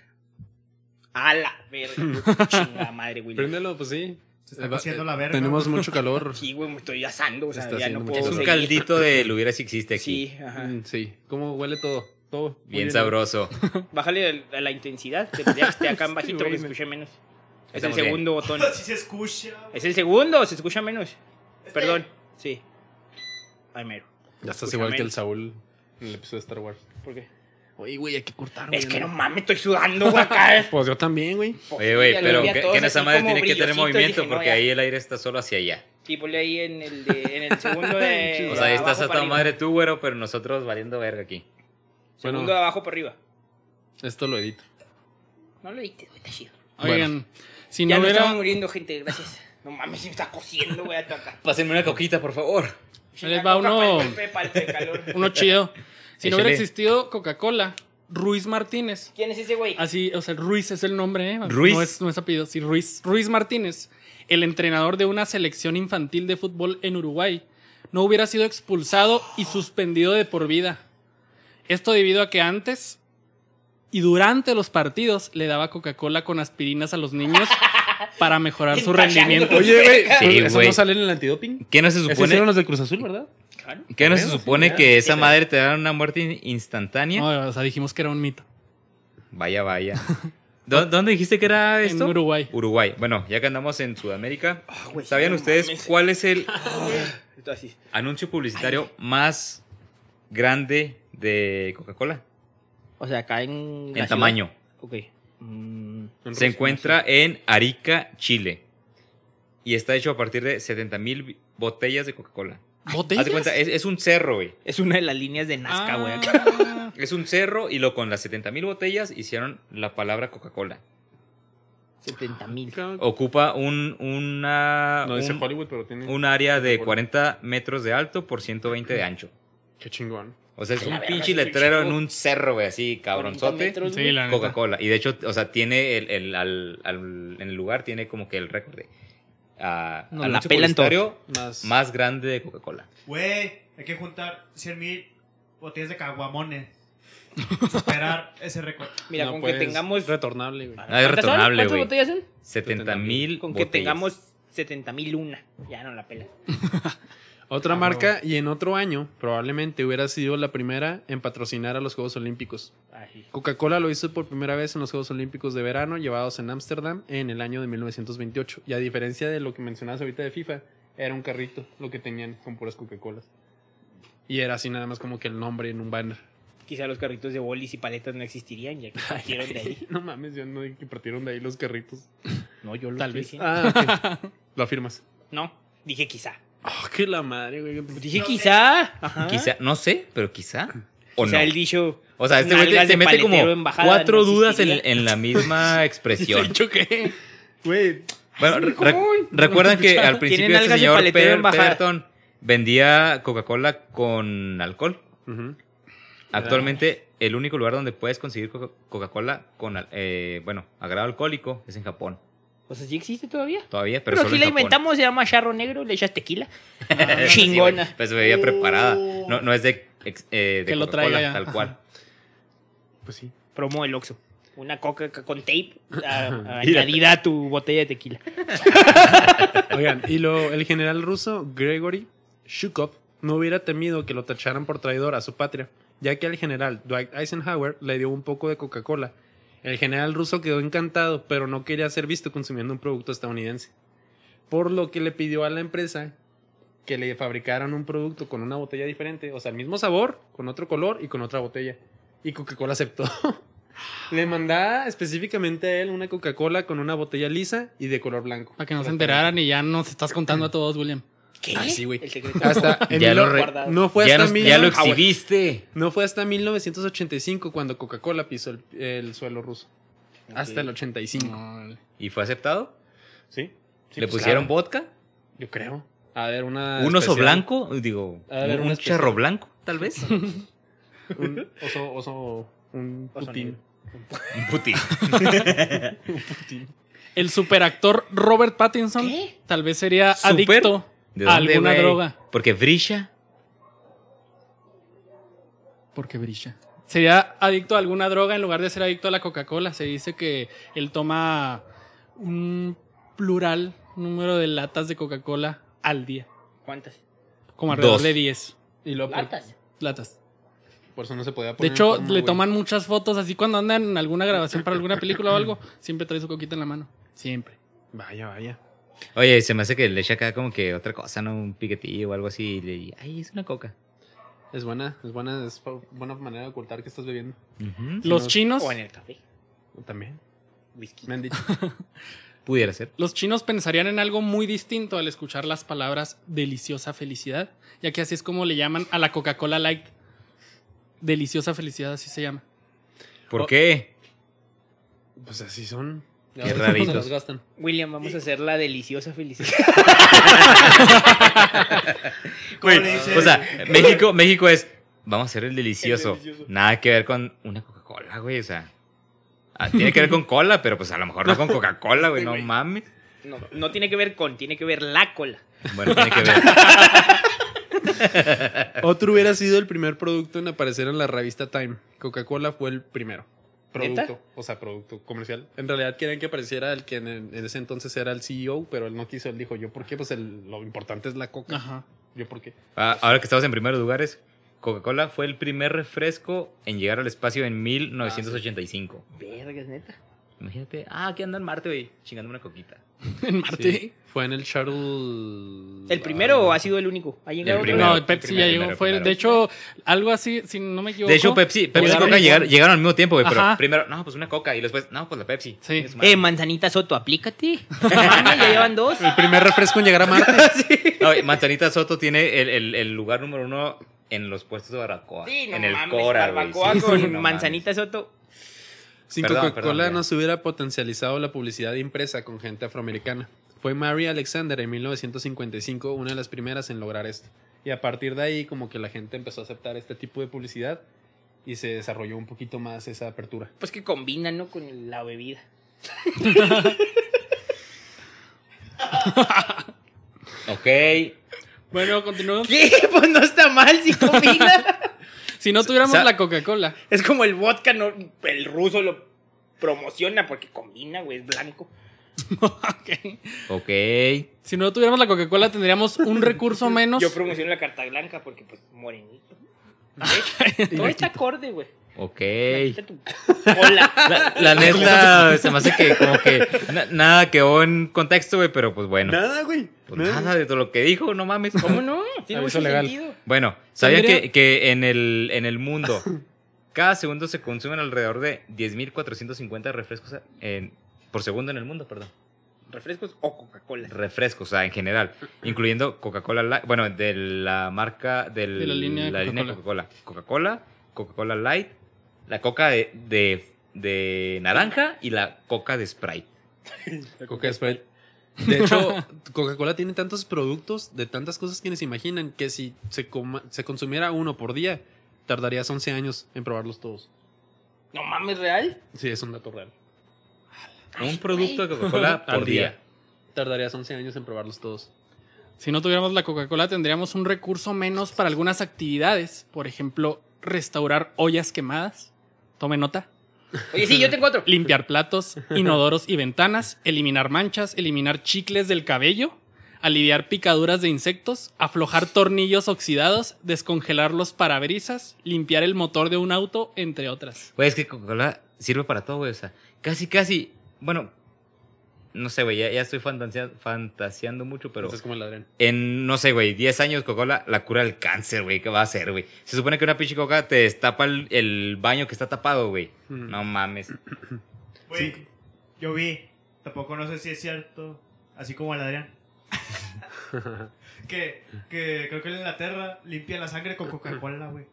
A la verga. Chingada madre, güey. Préndelo, pues sí. Se Eh, está cociendo la verga. eh, Tenemos güey. mucho calor. Sí, güey, me estoy asando, o sea, Está ya haciendo no mucho puedo Es un calor. seguir. caldito de lo hubiera si existe aquí. Sí, ajá. Mm, Sí. ¿Cómo huele todo? Todo. muy Bien sabroso. Bájale el- a la intensidad, te pedía que esté acá en bajito güey, que me- se escuche menos. Es el Estamos bien. segundo botón. Si se escucha. Es el segundo, se escucha menos. Perdón, sí. Ay, mero. Ya estás Escúchame. igual que el Saúl en el episodio de Star Wars. ¿Por qué? Oye, güey, hay que cortar, Es que no mames, estoy sudando, güey, acá. Pues yo también, güey. Oye, güey, Ya lo pero vi a que, todos que en esa así madre como tiene que tener brillositos, movimiento dije, no, porque ya. ahí el aire está solo hacia allá. Y ponle ahí en el, de, en el segundo de. O sea, ahí abajo estás a para toda arriba. madre tú, güero, pero nosotros valiendo verga aquí. Segundo Bueno. de abajo para arriba. Esto lo edito. No lo diste, güey, está chido. Oigan, si no ya no hubiera... estamos muriendo, gente, gracias. No mames, me está cociendo, güey, hasta acá. Pásenme una coquita, por favor. Ahí les va uno- uno. Uno chido. Si no hubiera Échale. existido Coca-Cola, Ruiz Martínez. ¿Quién es ese güey? Ah, Así, o sea, Ruiz es el nombre, ¿eh? Ruiz. No es, no es apellido, sí, Ruiz. Ruiz Martínez, el entrenador de una selección infantil de fútbol en Uruguay, no hubiera sido expulsado y suspendido de por vida. Esto debido a que antes y durante los partidos le daba Coca-Cola con aspirinas a los niños para mejorar su Empachando. rendimiento. Oye, güey. Sí, ¿Eso güey. no sale en el antidoping? ¿Qué no se Eso hicieron supone, los de Cruz Azul, ¿verdad? Claro. ¿qué no se Bueno, sí, supone ya. que esa Esa- madre te da una muerte in- instantánea? No, o sea, dijimos que era un mito. Vaya, vaya. ¿Dó- ¿Dónde dijiste que era esto? En Uruguay. Uruguay. Bueno, ya que andamos en Sudamérica, Ah, güey, ¿sabían no ustedes mames. cuál es el Esto así. anuncio publicitario más grande de Coca-Cola? O sea, acá en. la En ciudad. tamaño. Ok. Mm, Se encuentra en Arica, Chile. Y está hecho a partir de 70 mil botellas de Coca-Cola. Haz de ¿Botellas? cuenta, es, es un cerro, güey. es una de las líneas de Nazca, güey. acá. Ah, Es un cerro y lo con las 70 mil botellas hicieron la palabra Coca-Cola. 70 mil. Cabrón. Ocupa un, una, No dice un- Hollywood, pero tiene. un área de 40 metros de alto por 190 de ancho. Qué chingón. O sea, es La un verga, pinche es un letrero en chingo. un cerro, güey, así, 40 cabronzote. metros, sí, güey. la neta. Coca-Cola. Y de hecho, o sea, tiene el, el- al- al- en el lugar tiene como que el récord de. ah, Nos la anuncio pelan publicitario Más. más grande de Coca-Cola. Güey, hay que juntar 100 mil botellas de caguamones. Superar ese récord. Mira, No, con pues, que tengamos. Retornable, güey. Ah, es ¿Cuántas son? retornable, ¿Cuántas güey. botellas son? 70 mil. Con que tengamos 70 mil una. Ya no la pela. Otra marca, y en otro año, probablemente hubiera sido la primera en patrocinar a los Juegos Olímpicos. Así. Coca-Cola lo hizo por primera vez en los Juegos Olímpicos de verano llevados en Ámsterdam en el año de 1928. Y a diferencia de lo que mencionabas ahorita de FIFA, era un carrito lo que tenían con puras Coca-Colas. Y era así nada más como que el nombre en un banner. Quizá los carritos de bolis y paletas no existirían, ya que partieron de ahí. No mames, yo no dije que partieron de ahí los carritos. No, yo lo Tal estoy vez. diciendo. Ah, ok. Lo afirmas. No, dije quizá. Oh, que la madre, güey. Dije No sé. quizá. Ajá. Quizá, no sé, pero quizá. O O sea, no. el dicho. O sea, este güey te- nalgas de te mete como paletero en bajada cuatro no dudas en, existiría. en la misma expresión. choqué. Güey, Bueno, re- recuerdan que al principio Tienen este algas de señor paletero en Pe- bajada. Pemberton vendía Coca-Cola con alcohol. Ujú. Actualmente, el único lugar donde puedes conseguir Coca- Coca-Cola con, al- eh, bueno, agrado alcohólico es en Japón. O sea, sí existe todavía. Todavía, pero, Pero, solo si en la Japón. inventamos, se llama charro negro, le echas tequila. Sí, güey, Chingona. pues se veía Oh. preparada. No, no es de, ex- eh, de Que lo Coca-Cola, traiga ya. tal cual. Pues sí. Promo el Oxxo. Una coca ca- con tape a- a- Mira. añadida a tu botella de tequila. Oigan, y lo, el general ruso Gregory Shukov no hubiera temido que lo tacharan por traidor a su patria, ya que al general Dwight Eisenhower le dio un poco de Coca-Cola. El general ruso quedó encantado, pero no quería ser visto consumiendo un producto estadounidense, por lo que le pidió a la empresa que le fabricaran un producto con una botella diferente, o sea, el mismo sabor, con otro color y con otra botella. Y Coca-Cola aceptó. le mandaba específicamente a él una Coca-Cola con una botella lisa y de color blanco. Para que no se enteraran y ya nos estás contando a todos, William. ¿Qué? Ah, sí, güey. El secreto. Hasta en Ya mil- lo re- guardado. no fue ya, hasta nos- mil- Ah, ya lo exhibiste. no fue hasta 1985 cuando Coca-Cola pisó el, el suelo ruso. Hasta el 85. ¿Y fue aceptado? ¿Sí? Sí, ¿Le pues, pusieron claro. vodka? Yo creo. A ver, una. ¿Un oso especial. blanco? Digo, A ver, ¿un una charro blanco, tal vez? un Un oso, oso, un Oso putín. negro. putín. El superactor Robert Pattinson ¿Qué? tal vez sería ¿Super? adicto ¿De a dónde, alguna güey? droga. Porque Brisha. Porque brilla. Sería adicto a alguna droga en lugar de ser adicto a la Coca-Cola. Se dice que él toma un plural número de latas de Coca-Cola al día. ¿Cuántas? Como alrededor Dos. de 10 Y lo Latas. pues, latas. Por eso no se podía De poner. en hecho, forma, le güey. toman muchas fotos así cuando andan en alguna grabación para alguna película o algo. Siempre trae su coquita en la mano. Siempre. Vaya, vaya. Oye, se me hace que le echa acá como que otra cosa, ¿no? Un piquetillo o algo así. Y le ay, es una coca. Es buena, es buena, es fa- buena manera de ocultar que estás bebiendo. Ujú. Los no- chinos. O en el café. También. Whisky. Me han dicho. Pudiera ser. Los chinos pensarían en algo muy distinto al escuchar las palabras deliciosa felicidad, ya que así es como le llaman a la Coca-Cola Light. Deliciosa felicidad, así se llama. ¿Por Oh. qué? Pues así son. Qué Ya ves cómo raritos. Se las gastan. William, vamos a hacer la deliciosa felicidad. ¿Cómo Güey, le dice? O sea, México, México es, vamos a hacer el delicioso. El delicioso. Nada que ver con una Coca-Cola, güey, o sea. ah, tiene que ver con cola, pero pues a lo mejor no con Coca-Cola, güey, no mames. No, no tiene que ver con, tiene que ver la cola. Bueno, tiene que ver. Otro hubiera sido el primer producto en aparecer en la revista Time. Coca-Cola fue el primero. producto, ¿Neta? o sea, producto comercial. En realidad querían que apareciera el que en, en ese entonces era el CEO, pero él no quiso, él dijo, yo por qué, pues el- lo importante es la coca. Ajá. Yo por qué. Ah, ahora que estamos en primeros lugares, Coca-Cola fue el primer refresco en llegar al espacio en 1985. Vergas, neta. Ah, Imagínate, ah, aquí ando en Marte, güey, chingándome una coquita. En Marte. Sí, Fue en el Charles. ¿El primero o Ah, ha sido el único? ¿Ha El llegado otro? primero. no, el Pepsi primero, ya llegó. primero, fue, primero. De hecho, algo así, si no me equivoco. De hecho, Pepsi, Pepsi y Llegaron Coca llegaron, igual. llegaron al mismo tiempo, güey, pero Ajá. primero, no, pues una Coca y después, no, pues la Pepsi. Sí. Chingue su madre. Eh, manzanita Soto, aplícate. Mames, ya llevan dos. El primer refresco en llegar a Marte. No, y Manzanita Soto tiene el, el- el lugar número uno en los puestos de barbacoa. Sí, no en el mames, Cora, güey. barbacoa Sí, sí, con no mames. manzanita Soto. Sin Perdón, perdón, Coca-Cola ya. no se hubiera potencializado la publicidad impresa con gente afroamericana. Fue Mary Alexander en 1955 una de las primeras en lograr esto. Y a partir de ahí como que la gente empezó a aceptar este tipo de publicidad y se desarrolló un poquito más esa apertura. Pues que combinan, ¿no? Con la bebida. Ok. Bueno, continuamos. ¿Qué? Pues no está mal si combina. Si no tuviéramos Sa- la Coca-Cola. es como el vodka, ¿no? El ruso lo promociona porque combina, güey, es blanco. Ok. Ok. Si no tuviéramos la Coca-Cola, tendríamos un recurso menos. Yo promociono la carta blanca porque, pues, morenito. Todo está acorde, güey. Ok. Quita tu cola. La, la neta, se me hace que como que na- nada quedó en contexto, güey, pero pues bueno. Nada, güey. Pues nada de todo lo que dijo, no mames. ¿Cómo no? Tiene Aviso mucho legal. sentido. Bueno, ¿sabían Tendría- que, que en, el, en el mundo cada segundo se consumen alrededor de 10.450 refrescos en- por segundo en el mundo, perdón? ¿Refrescos o Coca-Cola? Refrescos, o sea, en general, incluyendo Coca-Cola, Light- bueno, de la marca del- De la línea la línea Coca-Cola. Coca-Cola. Coca-Cola, Coca-Cola Light, la coca de, de, de naranja y la coca de Sprite. Coca Sprite. De hecho, Coca-Cola tiene tantos productos de tantas cosas que ni se imaginan que si se, coma- se consumiera uno por día, tardarías 11 años en probarlos todos. No mames, real. Sí, es un dato real. Un producto de Coca-Cola Al por día. día. Tardarías 11 años en probarlos todos. Si no tuviéramos la Coca-Cola, tendríamos un recurso menos para algunas actividades. Por ejemplo, restaurar ollas quemadas. Tome nota. Oye, sí, yo tengo otro. Limpiar platos, inodoros y ventanas. Eliminar manchas. Eliminar chicles del cabello. Aliviar picaduras de insectos. Aflojar tornillos oxidados. Descongelar los parabrisas. Limpiar el motor de un auto, entre otras. Güey, es que Coca-Cola sirve para todo, güey. O sea, casi, casi. Bueno, no sé, güey. Ya, ya estoy fantasea- fantaseando mucho, pero. Entonces, como el ladrón. En, no sé, güey, 10 años Coca-Cola, la cura del cáncer, güey. ¿Qué va a hacer, güey? Se supone que una pinche Coca te destapa el, el baño que está tapado, güey. Ujú. No mames. Güey, yo vi, tampoco no sé si es cierto, así como el Adrián. que, que creo que en Inglaterra limpia la sangre con Coca-Cola, güey.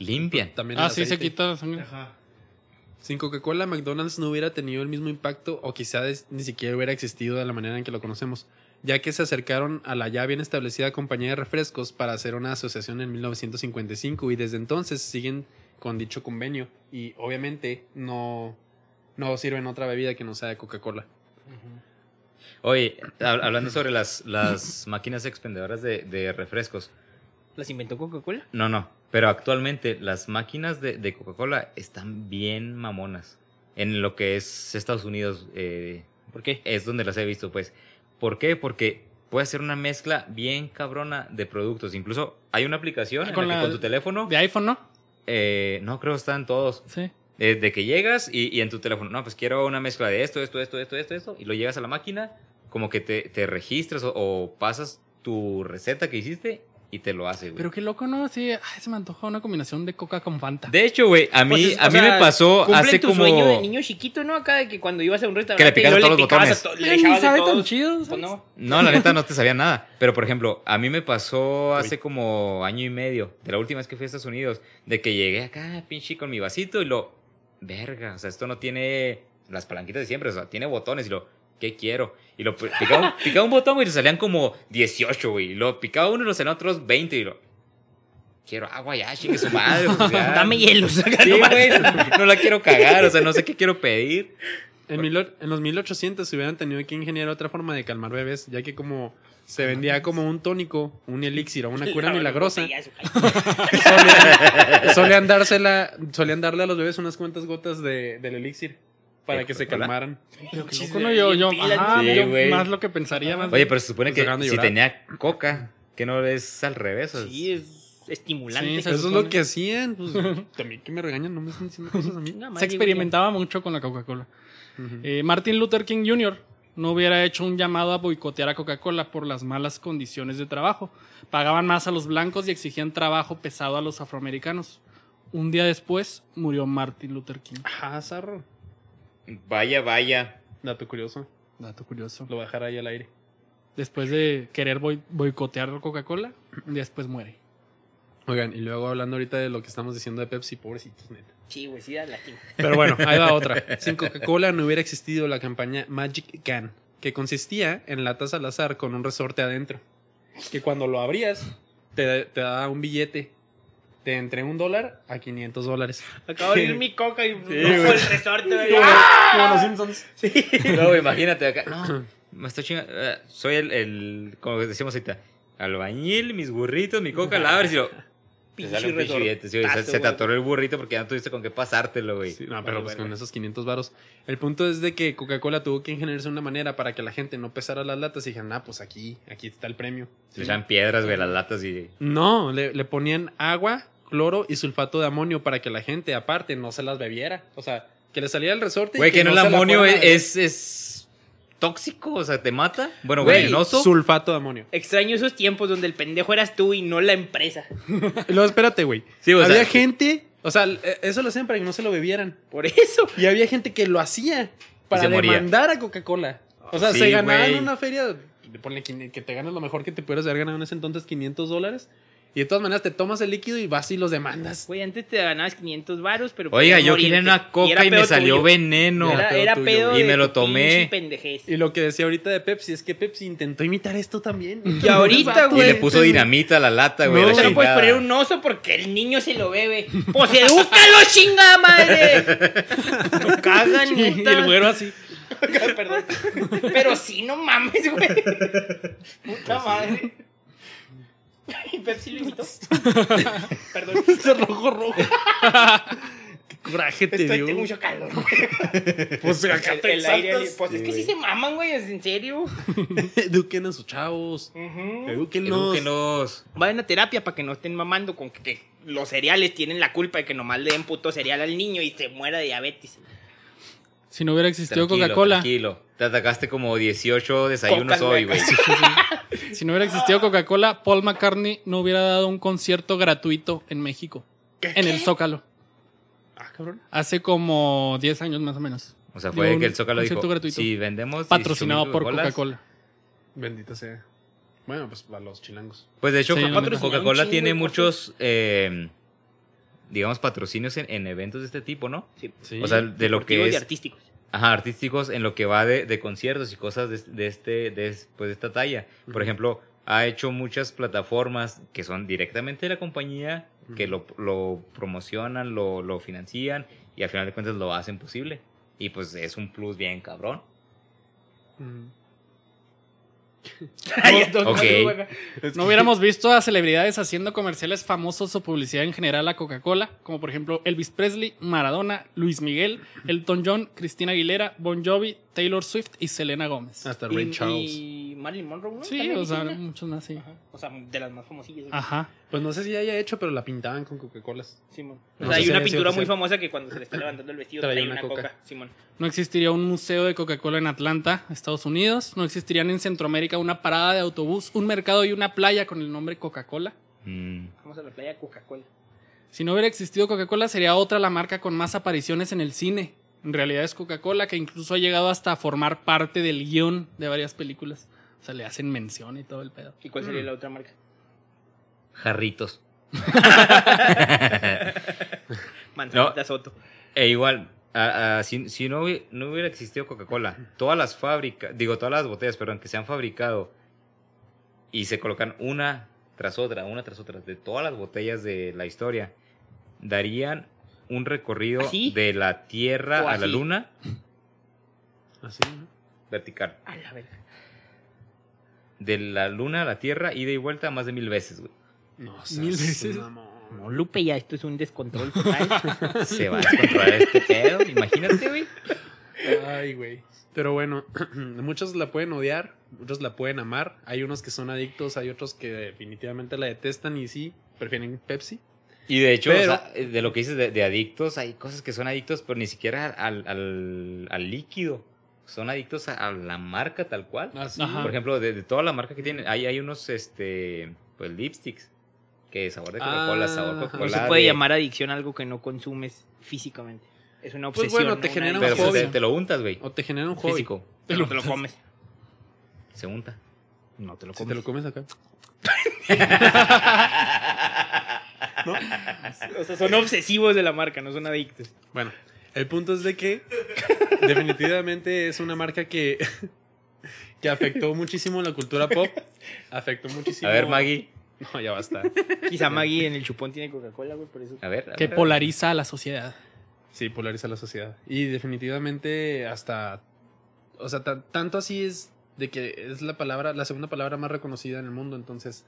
Limpian. También el Ah, sí, se aceite. quita la sangre. Ajá. Sin Coca-Cola, McDonald's no hubiera tenido el mismo impacto o quizás ni siquiera hubiera existido de la manera en que lo conocemos, ya que se acercaron a la ya bien establecida compañía de refrescos para hacer una asociación en 1955 y desde entonces siguen con dicho convenio y obviamente no, no sirven otra bebida que no sea de Coca-Cola. Oye, hab- hablando sobre las, las máquinas expendedoras de, de refrescos. ¿Las inventó Coca-Cola? No, no. Pero actualmente las máquinas de, de Coca-Cola están bien mamonas. En lo que es Estados Unidos, eh, ¿Por qué? es donde las he visto, pues. ¿Por qué? Porque puede hacer una mezcla bien cabrona de productos. Incluso hay una aplicación en Con la que la- con tu teléfono. De iPhone, ¿no? eh, no creo que están todos. Sí. eh, de que llegas y, y en tu teléfono, no, pues quiero una mezcla de esto, esto, esto, esto, esto, esto. Y lo llegas a la máquina, como que te, te registras o, o pasas tu receta que hiciste y te lo hace, güey. Pero qué loco, ¿no? Sí, ay, se me antoja una combinación de Coca con Fanta. De hecho, güey, a mí, Pues es- a o mí sea, me pasó cumplen hace tu como... sueño de niño chiquito, ¿no? Acá de que cuando ibas a un restaurante... Que le picabas y luego todos los picabas botones. a to- Pero le ni echabas de sabe tan todos. chido. Pues ¿sabes? no. No, la neta no te sabía nada. Pero, por ejemplo, a mí me pasó hace como año y medio, de la última vez que fui a Estados Unidos, de que llegué acá, pinche, con mi vasito y lo. Verga, o sea, esto no tiene las palanquitas de siempre, o sea, tiene botones y lo. ¿Qué quiero? Y lo pi- picaba, un- picaba un botón, güey, y le salían como 18, güey. Y lo picaba uno y lo salían otros 20 y lo. Quiero agua ya, chingue su Ah. madre. pues, ya. Dame hielos. Sí, güey, no la quiero cagar, o sea, no sé qué quiero pedir. En, mil o- en los 1800 se hubieran tenido que ingeniar otra forma de calmar bebés, ya que como se vendía como un tónico, un elixir o una cura milagrosa, solían, solían dársela, solían darle a los bebés unas cuantas gotas de, del elixir para De que se Coca-Cola. calmaran. Pero qué Chis, loco, ¿no? yo, bien yo, pila, ajá, Sí, yo güey. más lo que pensaría. Más Oye, pero se supone Pues que dejando si llorar. tenía coca, que no es al revés. o es- Sí, es estimulante. Sí, se Eso es supone. lo que hacían. pues, también que me regañan, no me están diciendo cosas a mí. Nada más, se digo, experimentaba mucho con la Coca-Cola. Ujú. Eh, Martin Luther King Jr. no hubiera hecho un llamado a boicotear a Coca-Cola por las malas condiciones de trabajo. Pagaban más a los blancos y exigían trabajo pesado a los afroamericanos. Un día después murió Martin Luther King. Ajá, zarro. Vaya, vaya. Dato curioso. Dato curioso. Lo voy a dejar ahí al aire. Después de querer boi- boicotear a Coca-Cola, un día después muere. Oigan, y luego hablando ahorita de lo que estamos diciendo de Pepsi, pobrecitos, neta. ya. Sí, güey, sí, da lástima. Pero bueno, ahí va otra. Sin Coca-Cola no hubiera existido la campaña Magic Can, que consistía en latas al azar con un resorte adentro. Que cuando lo abrías, te, te daba un billete. De entre un dólar a 500 dólares. Acabo de abrir mi coca y Sí, rojo güey. el resorte, güey. No, güey, imagínate acá. No, me estoy chingando. eh, soy el, el, como decíamos ahorita, albañil, mis burritos, mi coca, la abres y lo... Te Pinche sale un pinche resortazo, billete, sí, güey, se- se te güey. atoró el burrito porque ya no tuviste con qué pasártelo, güey. Sí, no, pero pues Bueno, con esos 500 varos. El punto es de que Coca-Cola tuvo que ingeniarse una manera para que la gente no pesara las latas y dijeran, ah, pues aquí, aquí está el premio. Se echan piedras, güey, las latas y... No, le, le ponían agua, cloro y sulfato de amonio para que la gente, aparte, no se las bebiera. O sea, que le saliera el resorte. y Güey, que no el se la amonio fueran a- es, es, es tóxico, o sea, te mata. Bueno, Güey, venenoso. Sulfato de amonio. Extraño esos tiempos donde el pendejo eras tú y no la empresa. Y luego, espérate, güey. Sí, o había sea- gente, o sea, eh, eso lo hacían para que no se lo bebieran. Por eso. Y había gente que lo hacía para se moría. demandar a Coca-Cola. O sea, Sí, se ganaban güey. una feria, ponle quin- que te ganas lo mejor que te pudieras haber ganado en ese entonces, 500 dólares. Y de todas maneras te tomas el líquido y vas y los demandas. Güey, antes te ganabas 500 varos, pero. Oiga, podías yo morirte. quería una coca y, era me pedo salió tuyo. veneno. Era, pedo era tuyo. pedo. Y de me tu lo tomé. pinche pendejez. Y lo que decía ahorita de Pepsi es que Pepsi intentó imitar esto también. Y ahorita, Y güey. le puso dinamita a la lata, güey. No, la No chingada. puedes poner un oso porque el niño se lo bebe. Pues edúcalo, chingada madre. No cagan, Y el neta. güero así. Perdón. Pero sí, no mames, güey. Pues Puta madre. Y Pepsi lo imitó. Perdón. Ese rojo rojo. Qué coraje te Estoy, dio. tengo mucho calor, güey. Pues acá El, te el aire, exaltas. li- pues es que sí se maman, güey, es en serio. Eduquen a sus chavos. Mm. Ujú. Eduquenlos. Edúquenos. Vayan a terapia para que no estén mamando con que, que los cereales tienen la culpa de que nomás le den puto cereal al niño y se muera de diabetes. Si no hubiera existido Tranquilo, Coca-Cola, Tranquilo. Te atacaste como 18 desayunos Cocas, hoy, güey. güey. si no hubiera existido Coca-Cola, Paul McCartney no hubiera dado un concierto gratuito en México, en el Zócalo. Ah, cabrón. Hace como 10 años más o menos. O sea, fue Digo, que el Zócalo dijo, concierto gratuito. si vendemos 18 Patrocinado mil por Coca-Colas". Coca-Cola. Bendita sea. Bueno, pues para los chilangos. Pues de hecho, Sí, Coca- no, no, no. Patrocinado Coca-Cola un tiene chingo, muchos, eh, digamos, patrocinios en, en eventos de este tipo, ¿no? Sí. Sí. O sea, de lo Motivos que de es artísticos. Ajá, artísticos en lo que va de, de conciertos y cosas de, de este, de, es- pues, de esta talla. Ujú. Por ejemplo, ha hecho muchas plataformas que son directamente de la compañía, que lo, lo promocionan, lo, lo financian y al final de cuentas lo hacen posible. Y pues es un plus bien cabrón. Ok. No hubiéramos visto a celebridades haciendo comerciales famosos o publicidad en general a Coca-Cola, como por ejemplo Elvis Presley, Maradona, Luis Miguel, Elton John, Cristina Aguilera, Bon Jovi, Taylor Swift y Selena Gómez. Hasta Y- Ray Charles. Y Marilyn Monroe, ¿no? Sí, Ah, También o sea, hizo una. muchos más, sí. Ajá. O sea, de las más famosillas. güey. Ajá. Pues no sé si haya hecho, pero la pintaban con Coca-Colas. Simón. No o sea, sé hay si una haya sido pintura muy oficial. famosa que cuando se le está levantando el vestido trae una, coca. Simón. No existiría un museo de Coca-Cola en Atlanta, Estados Unidos. No existirían en Centroamérica una parada de autobús, un mercado y una playa con el nombre Coca-Cola. Mm. Vamos a la playa Coca-Cola. Si no hubiera existido Coca-Cola, sería otra la marca con más apariciones en el cine. En realidad es Coca-Cola, que incluso ha llegado hasta a formar parte del guión de varias películas. O sea, le hacen mención y todo el pedo. ¿Y cuál sería la otra marca? Jarritos. Manzanita Soto. E igual, a- a- si, si no, hubi- no hubiera existido Coca-Cola, todas las fábricas, digo, todas las botellas, perdón, que se han fabricado y se colocan una tras otra, una tras otra, de todas las botellas de la historia, darían un recorrido ¿Así? de la Tierra ¿O a la así? Luna Así, ¿no? vertical. A la verga. De la luna a la tierra, ida y vuelta más de mil veces, güey. No, Mil veces. No, Lupe, ya esto es un descontrol total. Se va a descontrolar este pedo, imagínate, güey. Ay, güey. Pero bueno, muchos la pueden odiar, muchos la pueden amar. Hay unos que son adictos, hay otros que definitivamente la detestan y sí, prefieren Pepsi. Y de hecho, Pero- o sea, de lo que dices de, de adictos, hay cosas que son adictos, pero ni siquiera al, al- al líquido. Son adictos a, a la marca tal cual. Ah. Así. Ajá. Por ejemplo, de, de toda la marca que tienen, hay, hay unos este pues lipsticks. Que sabor de Coca-Cola, Ah, sabor Coca-Cola. No se puede llamar adicción algo que no consumes físicamente. Es una Pues obsesión. bueno, te ¿no? Una genera Pero adicción. pues, te, fobia. te lo untas, güey. O te genera un hobby. Físico. Te lo, te lo comes. Se unta. No te lo Si comes. te lo comes acá. Ah, O sea, son obsesivos de la marca, no son adictos. Bueno, el punto es de que definitivamente es una marca que, que afectó muchísimo la cultura pop. Afectó muchísimo. a ver, Maggie. No, ya basta. Quizá Maggie en el chupón tiene Coca-Cola, güey, por eso. A ver. a Que ver. polariza a la sociedad. Sí, polariza la sociedad. Y definitivamente hasta... O sea, tan- tanto así es de que es la palabra, la segunda palabra más reconocida en el mundo. Entonces,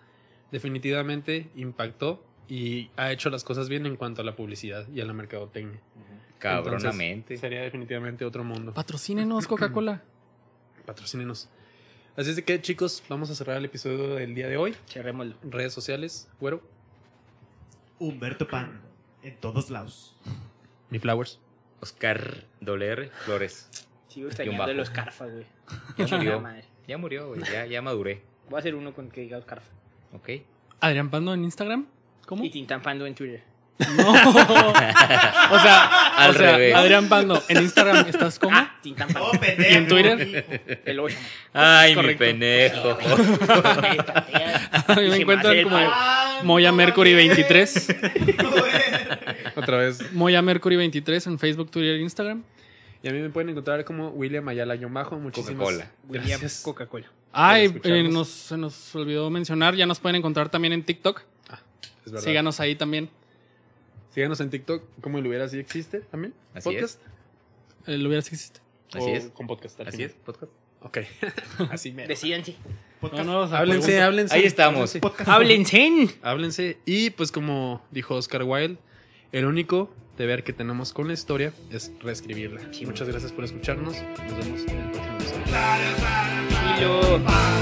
definitivamente impactó y ha hecho las cosas bien en cuanto a la publicidad y a la mercadotecnia. Cabronamente. Entonces, sería definitivamente otro mundo. Patrocínenos, Coca-Cola. Patrocínenos. Así es de que, chicos, vamos a cerrar el episodio del día de hoy. Cerrémoslo. Redes sociales, güero. Humberto Pan. En todos lados. Mi Flowers. Oscar WR Flores. Sigo Y un extrañando bajo. el Oscarfa, güey. Ya Chingada murió. madre. Ya murió, güey. Ya, ya maduré. Voy a hacer uno con que diga Oscarfa. Ok. Adrián Pando en Instagram. ¿Cómo? Y Tintampando en Twitter. No. o sea, Al o sea, revés. Adrián Pando, en Instagram estás como. Ah, Tintampando. Oh, pendejo. ¿Y en Twitter? hijo. El Ocean. Ay, mi correcto. pendejo. A mí me encuentran como Moya Mercury 23. Otra vez. Moya Mercury 23 en Facebook, Twitter e Instagram. Y a mí me pueden encontrar como William Ayala guión bajo. Muchísimas Coca-Cola. William Gracias. Coca-Cola. Ay, eh, escucharnos. nos, se nos olvidó mencionar. Ya nos pueden encontrar también en TikTok. Es verdad. Síganos ahí también. Síganos en TikTok, como el hubiera así existe también. Así Eh, Lo hubieras existe. Así o es. Con podcast. al Así final. es, podcast. Ok. así mero. Decídanse. No, Podcast. no, o sea, Háblense, podemos- háblense. Ahí estamos. Háblense. Podcast. ¡Háblense! Háblense. Y pues como dijo Oscar Wilde, el único deber que tenemos con la historia es reescribirla. Sí. Muchas gracias por escucharnos. Nos vemos en el próximo episodio. Tranquilo.